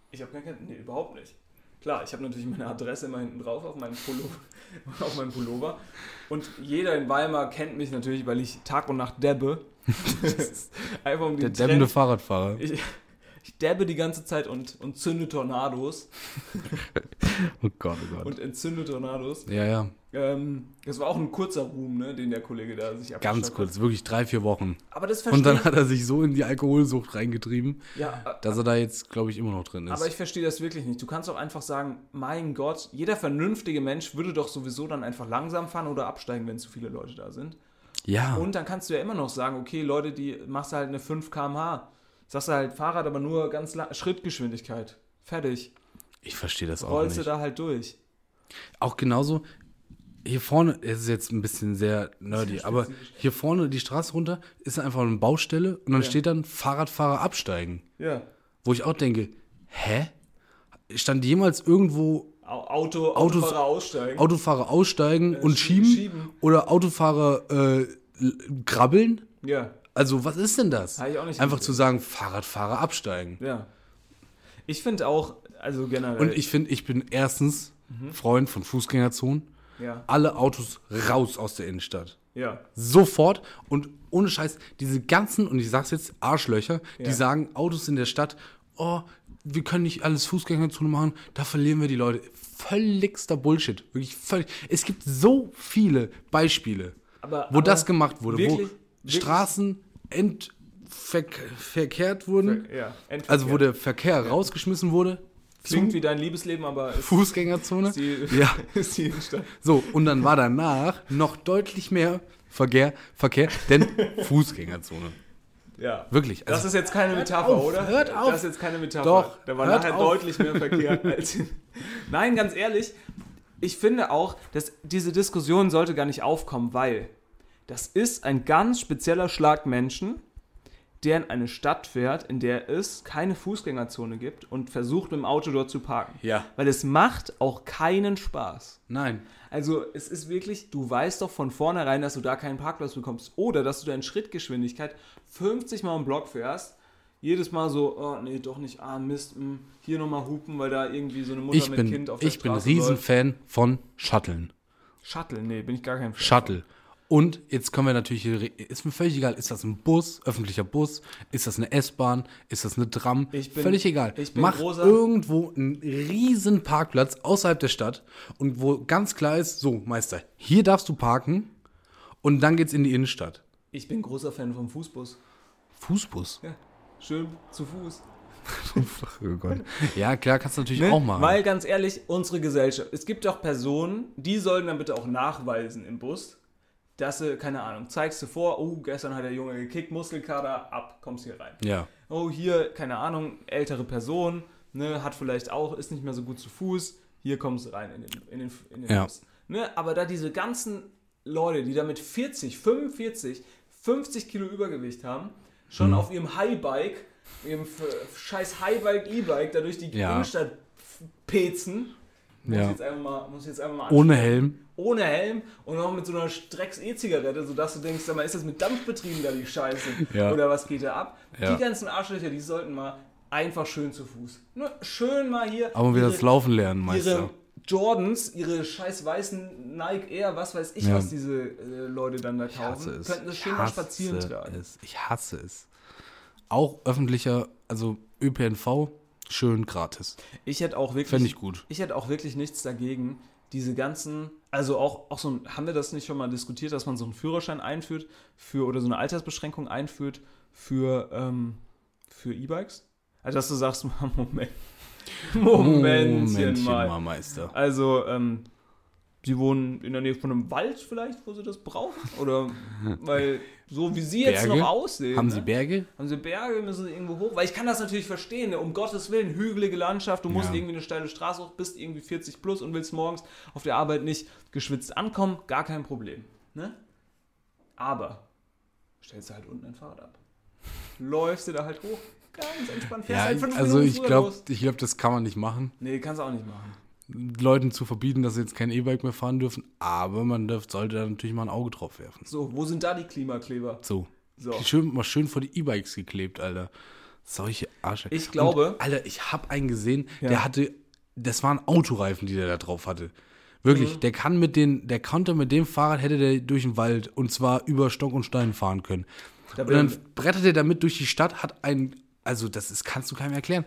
S3: Ich habe gar kein. Nee, überhaupt nicht. Klar, ich habe natürlich meine Adresse immer hinten drauf auf meinem Pullover. auf meinem Pullover. Und jeder in Weimar kennt mich natürlich, weil ich Tag und Nacht debbe. Einfach um
S4: Der
S3: den
S4: dämmende
S3: Trend.
S4: Fahrradfahrer.
S3: Ich, ich debbe die ganze Zeit und, und zünde Tornados.
S4: Oh Gott, oh Gott.
S3: Und entzünde Tornados.
S4: Ja, ja.
S3: Ähm, das war auch ein kurzer Ruhm, ne, den der Kollege da sich abgeschafft
S4: Ganz kurz, wirklich drei, vier Wochen.
S3: Hat. Aber das verstehe
S4: Und dann
S3: ich.
S4: hat er sich so in die Alkoholsucht reingetrieben,
S3: Ja,
S4: dass er da jetzt, glaube ich, immer noch drin ist.
S3: Aber ich verstehe das wirklich nicht. Du kannst auch einfach sagen, mein Gott, jeder vernünftige Mensch würde doch sowieso dann einfach langsam fahren oder absteigen, wenn zu viele Leute da sind.
S4: ja,
S3: Und dann kannst du ja immer noch sagen, okay, Leute, die machst du halt eine 5 km/h. Sagst du halt Fahrrad, aber nur ganz la- Schrittgeschwindigkeit. Fertig.
S4: ich verstehe das auch
S3: Rollst
S4: nicht.
S3: du da halt durch.
S4: Auch genauso, hier vorne, es ist jetzt ein bisschen sehr nerdy, aber hier vorne die Straße runter ist einfach eine Baustelle und dann
S3: Ja.
S4: steht dann Fahrradfahrer absteigen.
S3: Ja.
S4: Wo ich auch denke, hä? Stand jemals irgendwo
S3: Au- Auto,
S4: Autos-
S3: Autofahrer aussteigen.
S4: Autofahrer aussteigen und
S3: schie-
S4: schieben,
S3: Äh, schieben.
S4: oder Autofahrer äh, l- krabbeln?
S3: ja.
S4: Also, was ist denn das?
S3: Hab ich auch nicht
S4: Einfach
S3: gesehen.
S4: zu sagen, Fahrradfahrer absteigen.
S3: Ja. Ich finde auch, also generell.
S4: Und ich finde, ich bin erstens
S3: Mhm.
S4: Freund von Fußgängerzonen.
S3: Ja.
S4: Alle Autos raus aus der Innenstadt.
S3: Ja.
S4: Sofort und ohne Scheiß, diese ganzen, und ich sag's jetzt, Arschlöcher,
S3: Ja.
S4: die sagen, Autos in der Stadt, oh, wir können nicht alles Fußgängerzone machen, da verlieren wir die Leute. Völligster Bullshit. Wirklich völlig. Es gibt so viele Beispiele,
S3: Aber-
S4: wo
S3: aber
S4: das gemacht wurde,
S3: wirklich-
S4: wo
S3: wirklich-
S4: Straßen entverkehrt wurden,
S3: ja.
S4: also wo der Verkehr rausgeschmissen wurde.
S3: Klingt wie dein Liebesleben, aber ist
S4: Fußgängerzone.
S3: die,
S4: Ja.
S3: ist die Innenstadt.
S4: So, und dann war danach noch deutlich mehr Verkehr, Verkehr denn Fußgängerzone.
S3: Ja.
S4: Wirklich.
S3: Das
S4: Also,
S3: ist jetzt keine Metapher,
S4: auf,
S3: oder?
S4: hört auf.
S3: Das ist jetzt keine Metapher.
S4: Doch,
S3: Da war
S4: hört
S3: nachher
S4: auf.
S3: deutlich mehr Verkehr als. Nein, ganz ehrlich, ich finde auch, dass diese Diskussion sollte gar nicht aufkommen, weil das ist ein ganz spezieller Schlag Menschen, der in eine Stadt fährt, in der es keine Fußgängerzone gibt und versucht, mit dem Auto dort zu parken.
S4: Ja.
S3: Weil es macht auch keinen Spaß.
S4: nein.
S3: Also es ist wirklich, du weißt doch von vornherein, dass du da keinen Parkplatz bekommst oder dass du deine Schrittgeschwindigkeit 50 Mal im Block fährst. Jedes Mal so, oh nee, doch nicht, ah Mist, mh, hier nochmal hupen, weil da irgendwie so eine Mutter
S4: Ich
S3: mit
S4: bin,
S3: Kind auf der
S4: ich bin
S3: Straße läuft.
S4: Riesenfan von Shuttlen.
S3: Shuttle, nee, bin ich gar kein Fan.
S4: Shuttle. Und jetzt können wir natürlich, hier re- ist mir völlig egal, ist das ein Bus, öffentlicher Bus, ist das eine S-Bahn, ist das eine Tram,
S3: Ich bin-
S4: völlig egal.
S3: ich bin
S4: Mach
S3: großer-
S4: irgendwo einen riesen Parkplatz außerhalb der Stadt und wo ganz klar ist, so Meister, hier darfst du parken und dann geht's in die Innenstadt.
S3: Ich bin großer Fan vom Fußbus.
S4: Fußbus.
S3: Ja, schön zu Fuß.
S4: Ja, klar, kannst du natürlich
S3: Ne?
S4: auch machen.
S3: Weil ganz ehrlich, unsere Gesellschaft, es gibt auch Personen, die sollen dann bitte auch nachweisen im Bus, dass sie, keine Ahnung, zeigst du vor, oh, gestern hat der Junge gekickt, Muskelkater, ab, kommst hier rein.
S4: ja,
S3: oh, hier, keine Ahnung, ältere Person, ne, hat vielleicht auch, ist nicht mehr so gut zu Fuß, hier kommst du rein in den, in den, in den
S4: Ja.
S3: Bus. Ne, aber da diese ganzen Leute, die da mit 40, 45, 50 Kilo Übergewicht haben, schon
S4: Mhm.
S3: auf ihrem Highbike, ihrem f- scheiß Highbike, E-Bike, da durch die
S4: Ja.
S3: Innenstadt f- pezen, muss ich
S4: ja.
S3: jetzt einfach mal, muss ich jetzt einfach mal
S4: Ohne Helm.
S3: ohne Helm und noch mit so einer Drecks-E-Zigarette, sodass du denkst, sag mal, ist das mit Dampf betrieben da die Scheiße?
S4: Ja.
S3: Oder was geht da ab?
S4: Ja.
S3: Die ganzen Arschlöcher, die sollten mal einfach schön zu Fuß. Nur schön mal hier.
S4: Aber wir
S3: ihre-
S4: das Laufen lernen, Meister.
S3: Ihre Jordans, ihre scheiß weißen Nike Air, was weiß ich,
S4: Ja.
S3: was diese äh, Leute dann da kaufen, könnten das schön mal spazieren tragen.
S4: es. Ich hasse es. Auch öffentlicher, also ÖPNV, schön gratis.
S3: Ich hätte auch wirklich.
S4: Fände ich gut.
S3: Ich hätte auch wirklich nichts dagegen, diese ganzen, also auch, auch so ein, haben wir das nicht schon mal diskutiert, dass man so einen Führerschein einführt für oder so eine Altersbeschränkung einführt für, ähm, für E-Bikes? Also, dass du sagst, Moment. Momentchen, mal.
S4: mal, Meister.
S3: Also, ähm, sie wohnen in der Nähe von einem Wald vielleicht, wo sie das brauchen? Oder, weil, so wie sie jetzt
S4: Berge?
S3: noch aussehen.
S4: Haben
S3: ne?
S4: Sie Berge?
S3: Haben sie Berge, müssen sie irgendwo hoch? Weil ich kann das natürlich verstehen, ne? um Gottes Willen, hügelige Landschaft, du musst
S4: Ja.
S3: irgendwie eine steile Straße hoch, bist irgendwie 40 plus und willst morgens auf der Arbeit nicht geschwitzt ankommen, gar kein Problem. Ne? Aber stellst du halt unten dein Fahrrad ab. Läufst du da halt hoch, ganz entspannt, fährst
S4: Ja,
S3: halt fünf
S4: also
S3: Minuten
S4: ich
S3: früher
S4: glaube,
S3: los.
S4: ich glaub, das kann man nicht machen.
S3: Nee, kannst du auch nicht machen.
S4: Leuten zu verbieten, dass sie jetzt kein E-Bike mehr fahren dürfen, aber man dürf, sollte da natürlich mal ein Auge drauf werfen.
S3: So, wo sind da die Klimakleber?
S4: So.
S3: So.
S4: Schön, mal schön vor die E-Bikes geklebt, Alter. Solche Arsche.
S3: Ich glaube-
S4: Und, Alter, ich hab einen gesehen,
S3: Ja.
S4: der hatte, das waren Autoreifen, die der da drauf hatte. Wirklich,
S3: Mhm.
S4: der kann mit den, der konnte mit dem Fahrrad, hätte der durch den Wald und zwar über Stock und Stein fahren können.
S3: Da
S4: Und dann
S3: bin-
S4: brettert er damit durch die Stadt, hat einen, also das ist, kannst du keinem erklären.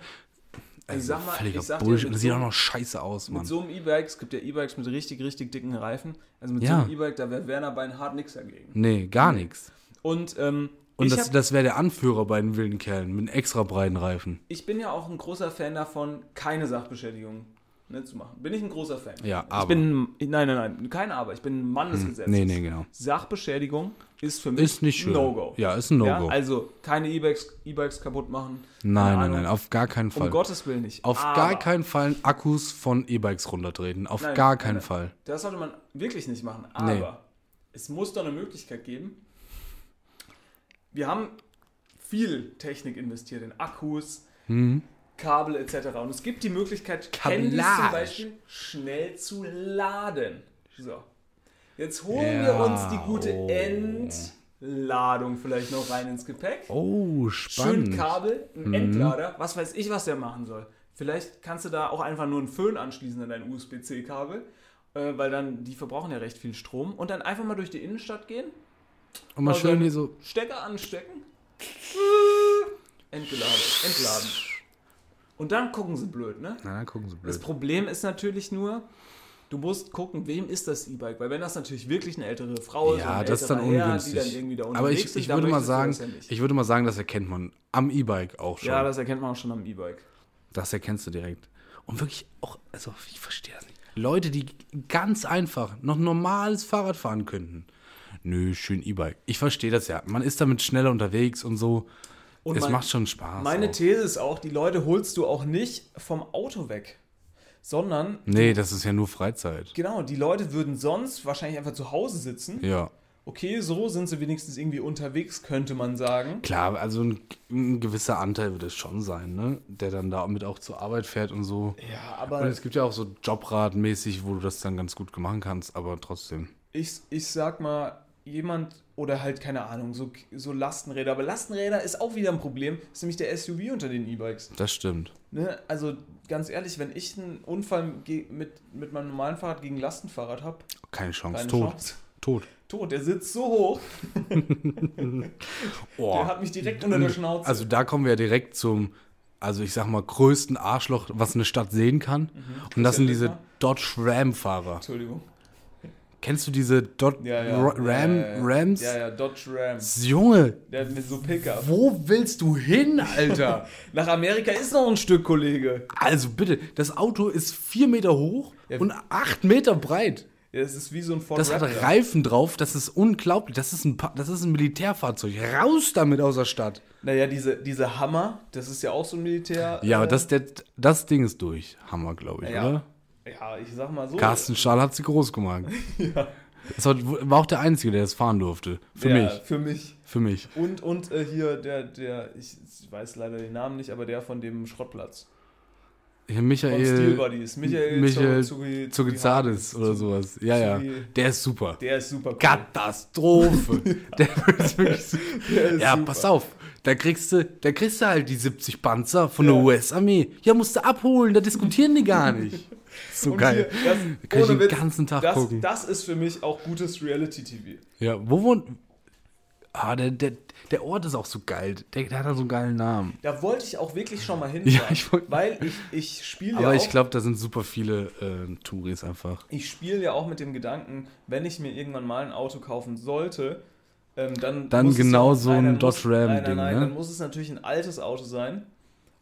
S4: Also ich
S3: sag mal,
S4: völliger
S3: ich sag dir,
S4: Bullshit.
S3: mit
S4: Und das sieht
S3: so-
S4: auch noch scheiße aus, Mann.
S3: Mit so einem E-Bike, es gibt ja E-Bikes mit richtig, richtig dicken Reifen. Also mit
S4: Ja.
S3: so einem E-Bike, da wäre Werner Beinhardt nichts dagegen.
S4: nee, gar nichts.
S3: Und, ähm, Mhm.
S4: Und
S3: ich
S4: das,
S3: hab-
S4: das wäre der Anführer bei den wilden Kerlen mit einem extra breiten Reifen.
S3: ich bin ja auch ein großer Fan davon, keine Sachbeschädigung ne, zu machen. Bin ich ein großer Fan.
S4: Ja,
S3: Ich
S4: aber.
S3: bin, nein, nein, nein, kein Aber. Ich bin ein Mann des Gesetzes.
S4: nee, nee, genau.
S3: Sachbeschädigung ist für mich
S4: Ist nicht schön.
S3: ein No-Go.
S4: Ja, ist ein No-Go.
S3: Ja, also keine E-Bikes E-Bikes kaputt machen.
S4: Nein,
S3: Keine
S4: nein,
S3: Ahnung.
S4: nein, auf gar keinen Fall.
S3: Um Gottes Willen nicht.
S4: auf
S3: Aber
S4: gar keinen Fall Akkus von E-Bikes runtertreten. Auf
S3: Nein,
S4: gar
S3: nein,
S4: keinen
S3: nein.
S4: Fall.
S3: Das sollte man wirklich nicht machen. Aber
S4: Nee.
S3: es muss doch eine Möglichkeit geben. Wir haben viel Technik investiert in Akkus,
S4: Mhm.
S3: Kabel etc. Und es gibt die Möglichkeit, Handys zum
S4: Kabellage.
S3: Beispiel schnell zu laden. So. Jetzt holen
S4: Ja,
S3: wir uns die gute
S4: oh.
S3: Entladung vielleicht noch rein ins Gepäck.
S4: Oh, spannend. Mhm.
S3: Schön Kabel, ein Endlader, was weiß ich, was der machen soll. Vielleicht kannst du da auch einfach nur einen Föhn anschließen an dein USB-C-Kabel, äh, weil dann die verbrauchen ja recht viel Strom. Und dann einfach mal durch die Innenstadt gehen,
S4: Und mal
S3: Also-
S4: schön hier so.
S3: Stecker anstecken, entgeladen, entladen. Und dann gucken sie blöd, ne?
S4: Na, dann gucken Sie
S3: Das
S4: blöd.
S3: Problem ist natürlich nur, du musst gucken, wem ist das E-Bike, weil wenn das natürlich wirklich eine ältere Frau ist, oder
S4: Ja,
S3: ein
S4: das ist dann
S3: älterer Herr,
S4: ungünstig.
S3: die dann irgendwie da
S4: Aber
S3: unterwegs
S4: ich,
S3: sind,
S4: ich
S3: dann
S4: würde mal
S3: möchtest du
S4: sagen,
S3: das ja, nicht.
S4: ich würde mal sagen, das erkennt man am E-Bike auch schon.
S3: ja, das erkennt man auch schon am E-Bike.
S4: Das erkennst du direkt. Und wirklich auch, also ich verstehe das nicht. Leute, die ganz einfach noch normales Fahrrad fahren könnten. Nö, schön E-Bike. Ich verstehe das ja. Man ist damit schneller unterwegs und so.
S3: Und
S4: es
S3: mein-
S4: macht schon Spaß.
S3: Meine
S4: auch.
S3: These ist auch, die Leute holst du auch nicht vom Auto weg, sondern
S4: Nee, das ist ja nur Freizeit.
S3: genau, die Leute würden sonst wahrscheinlich einfach zu Hause sitzen.
S4: Ja.
S3: Okay, so sind sie wenigstens irgendwie unterwegs, könnte man sagen.
S4: Klar, also ein, ein gewisser Anteil wird es schon sein, ne? Der dann damit auch zur Arbeit fährt und so.
S3: Ja,
S4: Und
S3: aber
S4: es gibt ja auch so Jobrat-mäßig, wo du das dann ganz gut machen kannst, aber trotzdem.
S3: ich, ich sag mal, jemand oder halt keine Ahnung, so, so Lastenräder. Aber Lastenräder ist auch wieder ein Problem, ist nämlich der SUV unter den E-Bikes.
S4: Das stimmt.
S3: Ne? Also ganz ehrlich, wenn ich einen Unfall ge- mit, mit meinem normalen Fahrrad gegen Lastenfahrrad habe,
S4: Keine Chance.
S3: keine
S4: Tot.
S3: Chance.
S4: Tot.
S3: Tot, der sitzt so hoch,
S4: Oh.
S3: der hat mich direkt unter der Schnauze.
S4: Also da kommen wir ja direkt zum, also ich sag mal, größten Arschloch, was eine Stadt sehen kann.
S3: Mhm.
S4: Und das
S3: Christian
S4: sind diese
S3: Lindner?
S4: Dodge Ram-Fahrer.
S3: Entschuldigung.
S4: Kennst du diese Dodge Ra- Ram,
S3: ja, ja, ja.
S4: Rams?
S3: Ja, ja, Dodge Ram.
S4: Junge,
S3: Der mit so Pickup.
S4: wo willst du hin, Alter?
S3: Nach Amerika ist noch ein Stück, Kollege.
S4: also bitte, das Auto ist vier Meter hoch und acht Meter breit.
S3: Ja, das ist wie so ein Ford
S4: Das hat
S3: Raptor.
S4: Reifen drauf, das ist unglaublich. Das ist ein, Pa- das ist ein Militärfahrzeug. Raus damit aus der Stadt.
S3: Naja, diese, diese Hammer, das ist ja auch so ein Militär.
S4: Ja, aber
S3: äh,
S4: das, der, das Ding ist durch. Hammer, glaube ich,
S3: Ja.
S4: oder?
S3: Ja, ich sag mal so.
S4: Carsten Stahl hat sie groß gemacht. Das war, war auch der Einzige, der das fahren durfte. Für
S3: ja,
S4: mich.
S3: Für mich.
S4: Für mich.
S3: Und, und äh, hier der, der, ich weiß leider den Namen nicht, aber der von dem Schrottplatz.
S4: Hier
S3: Von
S4: Michael.
S3: Steel Buddies. Michael,
S4: Äh, Michael
S3: Zugi-
S4: Zugezades oder sowas. Ja, ja.
S3: Zugi-
S4: Der ist super.
S3: Der ist super cool.
S4: Katastrophe. der ist wirklich super.
S3: ist
S4: ja,
S3: super.
S4: pass auf. Da kriegst, du, da kriegst du halt die 70 Panzer von der
S3: Ja.
S4: US-Armee. Ja, musst du abholen, da diskutieren die gar nicht. So
S3: Und
S4: geil.
S3: Hier, das,
S4: da kann ich
S3: ohne
S4: den
S3: Witz,
S4: ganzen Tag
S3: das,
S4: gucken.
S3: Das ist für mich auch gutes Reality-TV.
S4: Ja, wo wohnt. Ah, der, der, der Ort ist auch so geil. Der, der hat da so einen geilen Namen.
S3: Da wollte ich auch wirklich schon mal hin.
S4: Ja,
S3: fahren,
S4: ich wollt-
S3: Weil ich, ich spiele ja
S4: Aber ich
S3: auch-
S4: glaube, da sind super viele äh, Touris einfach.
S3: ich spiele ja auch mit dem Gedanken, wenn ich mir irgendwann mal ein Auto kaufen sollte, ähm, dann
S4: Dann
S3: muss es
S4: genau
S3: ja-
S4: so
S3: nein,
S4: ein
S3: dann muss-
S4: Dodge Ram
S3: nein, nein,
S4: Ding,
S3: nein,
S4: ne?
S3: Dann muss es natürlich ein altes Auto sein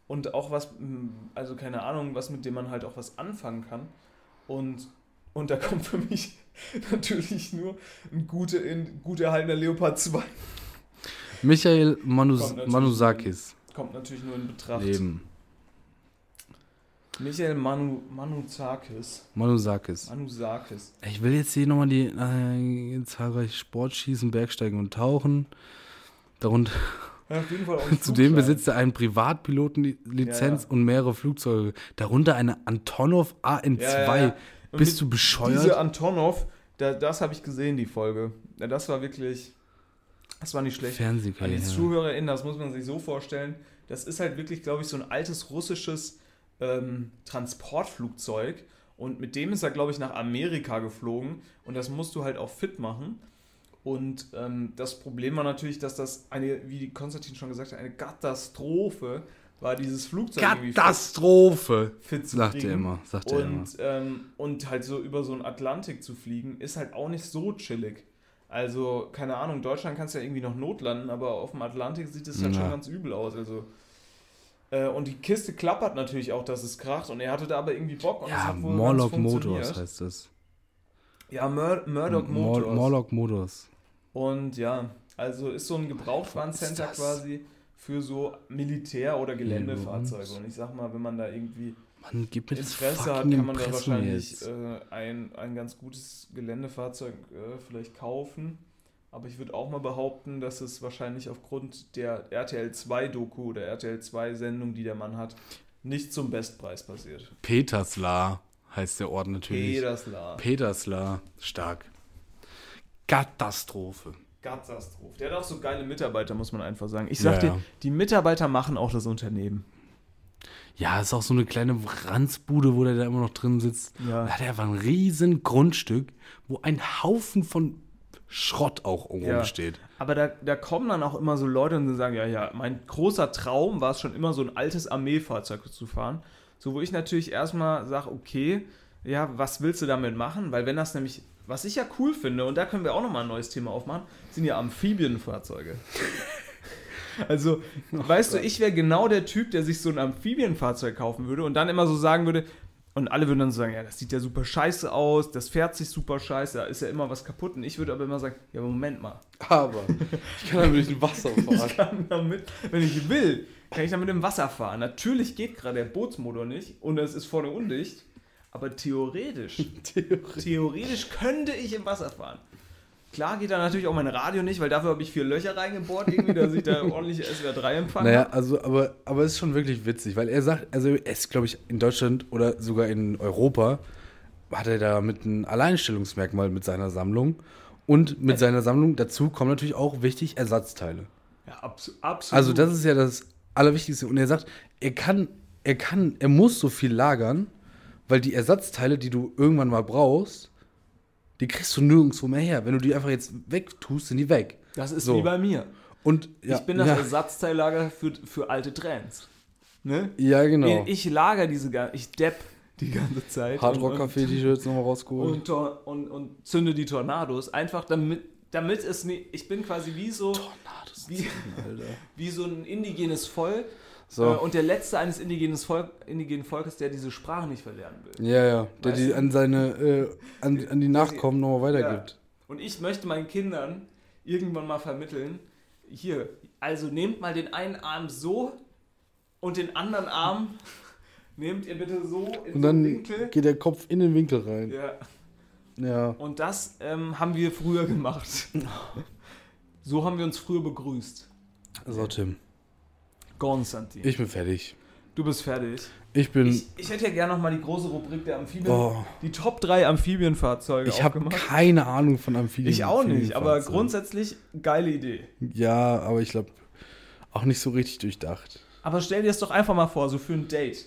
S3: und auch was, mm, also keine Ahnung, was mit dem man halt auch was anfangen kann. Und, und da kommt für mich natürlich nur ein gute, in, gut erhaltener Leopard 2.
S4: Michael
S3: Kommt
S4: Manus
S3: natürlich.
S4: Manusakis.
S3: Kommt natürlich nur in Betracht.
S4: Leben.
S3: Michael Manu, Manuzakis.
S4: Manusakis.
S3: Manusakis.
S4: Ich will jetzt hier nochmal die äh, zahlreiche Sportschießen, Bergsteigen und Tauchen. Darunter
S3: Ja, auf jeden Fall auch ein
S4: Zudem
S3: Flugschein.
S4: besitzt er einen Privatpilotenlizenz
S3: Ja, ja.
S4: und mehrere Flugzeuge, darunter eine Antonov AN2.
S3: Ja, ja, ja. Und
S4: Bist
S3: mit
S4: du bescheuert?
S3: Diese Antonov, da, das habe ich gesehen, die Folge. Ja, das war wirklich. Das war nicht schlecht. An die
S4: Fernsehkarriere.
S3: ZuhörerInnen, das muss man sich so vorstellen. Das ist halt wirklich, glaube ich, so ein altes russisches ähm, Transportflugzeug. Und mit dem ist er, glaube ich, nach Amerika geflogen. Und das musst du halt auch fit machen. Und ähm, das Problem war natürlich, dass das eine, wie Konstantin schon gesagt hat, eine Katastrophe war, dieses Flugzeug irgendwie fit-
S4: Katastrophe!
S3: fit zu
S4: Sagt er
S3: kriegen.
S4: immer, sagt er immer.
S3: Und, ähm, und halt so über so einen Atlantik zu fliegen, ist halt auch nicht so chillig. Also, keine Ahnung, Deutschland kannst du ja irgendwie noch notlanden, aber auf dem Atlantik sieht es halt
S4: Ja.
S3: schon ganz übel aus. Also. äh, Und die Kiste klappert natürlich auch, dass es kracht. Und er hatte da aber irgendwie Bock. Und es
S4: Ja,
S3: hat wohl ganz
S4: Morlock
S3: funktioniert.
S4: Motors halt. heißt das.
S3: Ja, Mur Murdoch
S4: Mor-
S3: Motors.
S4: Morlock Motors.
S3: Und ja, also ist so ein Gebrauchtwarencenter
S4: das?
S3: quasi für so Militär- oder Geländefahrzeuge.
S4: Lorenz.
S3: Und ich sag mal, wenn man da irgendwie
S4: Mann, gib mir das
S3: Interesse hat,
S4: fucking
S3: kann man da
S4: Impressum
S3: wahrscheinlich
S4: jetzt.
S3: äh, ein, ein ganz gutes Geländefahrzeug äh, vielleicht kaufen. Aber ich würde auch mal behaupten, dass es wahrscheinlich aufgrund der RTL 2-Doku oder RTL 2-Sendung, die der Mann hat, nicht zum Bestpreis passiert.
S4: Petersla heißt der Ort natürlich.
S3: Pedersla.
S4: Petersla. Stark. Katastrophe.
S3: Katastrophe. Der hat auch so geile Mitarbeiter, muss man einfach sagen. Ich sag
S4: Ja,
S3: dir,
S4: ja.
S3: die Mitarbeiter machen auch das Unternehmen.
S4: Ja, ist auch so eine kleine Ranzbude, wo der da immer noch drin sitzt.
S3: Ja.
S4: Da hat er einfach ein riesen Grundstück, wo ein Haufen von Schrott auch
S3: Ja.
S4: rumsteht.
S3: Aber da, da kommen dann auch immer so Leute und sagen, ja, ja, mein großer Traum war es schon immer, so ein altes Armeefahrzeug zu fahren. So, wo ich natürlich erstmal sage, okay, ja, was willst du damit machen? Weil wenn das nämlich, was ich ja cool finde, und da können wir auch nochmal ein neues Thema aufmachen, sind ja Amphibienfahrzeuge. Also, weißt du, ich wäre genau der Typ, der sich so ein Amphibienfahrzeug kaufen würde und dann immer so sagen würde, und alle würden dann so sagen, ja, das sieht ja super scheiße aus, das fährt sich super scheiße, da ist ja immer was kaputt. Und ich würde aber immer sagen, ja, aber Moment mal,
S5: Aber ich kann damit ein Wasser fahren.
S3: kann damit, wenn ich will, kann ich damit im Wasser fahren. Natürlich geht gerade der Bootsmotor nicht und es ist vorne undicht, aber theoretisch, theoretisch könnte ich im Wasser fahren. Klar geht da natürlich auch mein Radio nicht, weil dafür habe ich vier Löcher reingebohrt, irgendwie, dass ich da ordentlich SWR3 empfange.
S4: Naja, also, aber, aber es ist schon wirklich witzig, weil er sagt, also er ist, glaube ich, in Deutschland oder sogar in Europa, hat er da mit ein Alleinstellungsmerkmal mit seiner Sammlung. Und mit seiner Sammlung dazu kommen natürlich auch wichtig Ersatzteile.
S3: Ja, abs absolut.
S4: Also das ist ja das Allerwichtigste. Und er sagt, er kann, er kann, er muss so viel lagern, weil die Ersatzteile, die du irgendwann mal brauchst, die kriegst du nirgendwo mehr her. Wenn du die einfach jetzt wegtust, sind die weg.
S3: Das ist
S4: so.
S3: wie bei mir.
S4: Und ja,
S3: ich bin das
S4: ja,
S3: Ersatzteillager für, für alte Trends. Ne?
S4: ja, genau.
S3: Ich lager diese, ga- ich depp die ganze Zeit. und- und-
S4: Hardrock-Café-T-Shirts nochmal rausgeholt.
S3: und, Tor- und, und zünde die Tornados, einfach damit, damit es nie, ich bin quasi wie so,
S4: Tornados.
S3: wie, wie so ein indigenes Volk
S4: So.
S3: äh, und der letzte eines indigenes Volk, indigenen Volkes, der diese Sprache nicht verlernen will.
S4: ja, ja. Der
S3: Weißt
S4: die
S3: du?
S4: an seine, äh, an, an die Nachkommen nochmal
S3: Ja.
S4: weitergibt.
S3: Und ich möchte meinen Kindern irgendwann mal vermitteln, hier, also nehmt mal den einen Arm so und den anderen Arm nehmt ihr bitte so in
S4: Und
S3: so einen
S4: dann
S3: Winkel.
S4: geht der Kopf in den Winkel rein.
S3: Ja.
S4: Ja.
S3: Und das ähm, haben wir früher gemacht. So haben wir uns früher begrüßt.
S4: So, Tim.
S3: Konstantin.
S4: Ich bin fertig.
S3: du bist fertig.
S4: Ich bin.
S3: Ich, ich hätte ja gerne nochmal die große Rubrik der Amphibien.
S4: Oh.
S3: Die Top 3 Amphibienfahrzeuge
S4: Ich habe
S3: aufgemacht.
S4: keine Ahnung von Amphibien.
S3: Ich auch nicht, aber
S4: Amphibienfahrzeugen.
S3: grundsätzlich geile Idee.
S4: Ja, aber ich glaube, auch nicht so richtig durchdacht.
S3: Aber stell dir das doch einfach mal vor, so für ein Date.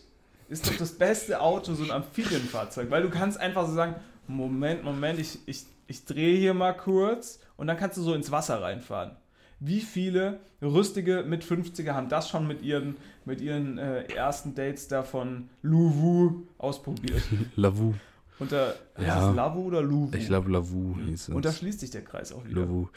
S3: Ist doch das beste Auto so ein Amphibienfahrzeug, weil du kannst einfach so sagen, Moment, Moment, ich, ich, ich drehe hier mal kurz und dann kannst du so ins Wasser reinfahren. Wie viele Rüstige mit 50er haben das schon mit ihren, mit ihren äh, ersten Dates da von Luwu ausprobiert?
S4: Lavu.
S3: Unter
S4: Ja.
S3: ja. Lavu oder Luvu?
S4: Ich glaube, Lavu hieß es.
S3: Und da schließt sich der Kreis auch wieder.
S4: Lovu.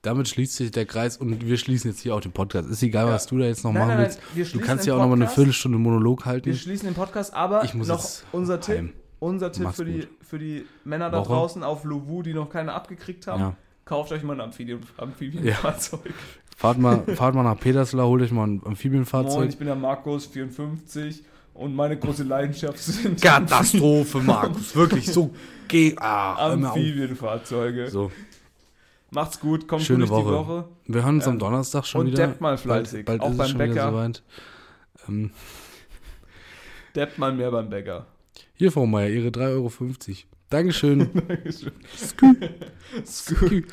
S4: Damit schließt sich der Kreis und wir schließen jetzt hier auch den Podcast. Ist egal, was du da jetzt noch
S3: Nein,
S4: machen
S3: nein, nein,
S4: willst.
S3: wir
S4: du
S3: schließen
S4: kannst
S3: den
S4: ja auch nochmal eine
S3: Podcast.
S4: Viertelstunde Monolog halten.
S3: Wir schließen den Podcast, aber
S4: Ich muss
S3: noch
S4: jetzt
S3: unser Tipp,
S4: heim.
S3: unser Tipp
S4: Mach's
S3: für die,
S4: gut.
S3: für die Männer da
S4: Woche.
S3: draußen auf Luvu, die noch keine abgekriegt haben.
S4: Ja.
S3: Kauft euch mal ein Amphibien, Amphibienfahrzeug.
S4: Fahrt, mal, fahrt mal nach Petersla, holt euch mal ein
S3: Moin, ich
S4: Amphibienfahrzeug.
S3: bin der Markus, 54 und meine große Leidenschaft sind
S4: Katastrophe, Markus. Wirklich, so geh. Ah, hör mir auf.
S3: Amphibienfahrzeuge.
S4: So,
S3: Macht's gut, kommt
S4: schöne
S3: gut durch
S4: Woche.
S3: die Woche.
S4: Wir hören uns am
S3: Ähm,
S4: Donnerstag schon
S3: und
S4: wieder.
S3: deppt mal fleißig,
S4: Bald, bald
S3: auch
S4: ist
S3: beim
S4: es schon wieder
S3: Bäcker.
S4: soweit. Ähm,
S3: Deppt mal mehr beim Bäcker.
S4: hier, Frau Meier, Ihre 3,50 Euro. Dankeschön.
S3: Dankeschön.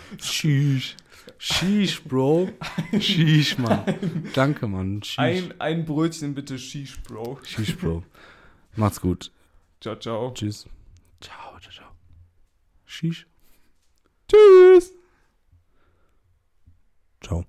S4: Sheesh. Sheesh, Bro. Sheesh, Mann. Danke, Mann. Sheesh.
S3: Ein, ein Brötchen bitte Shish, Bro.
S4: Sheesh, Bro. Macht's gut.
S3: Ciao, ciao.
S4: Tschüss. Ciao, ciao, ciao. Sheesh.
S3: Tschüss.
S4: Ciao.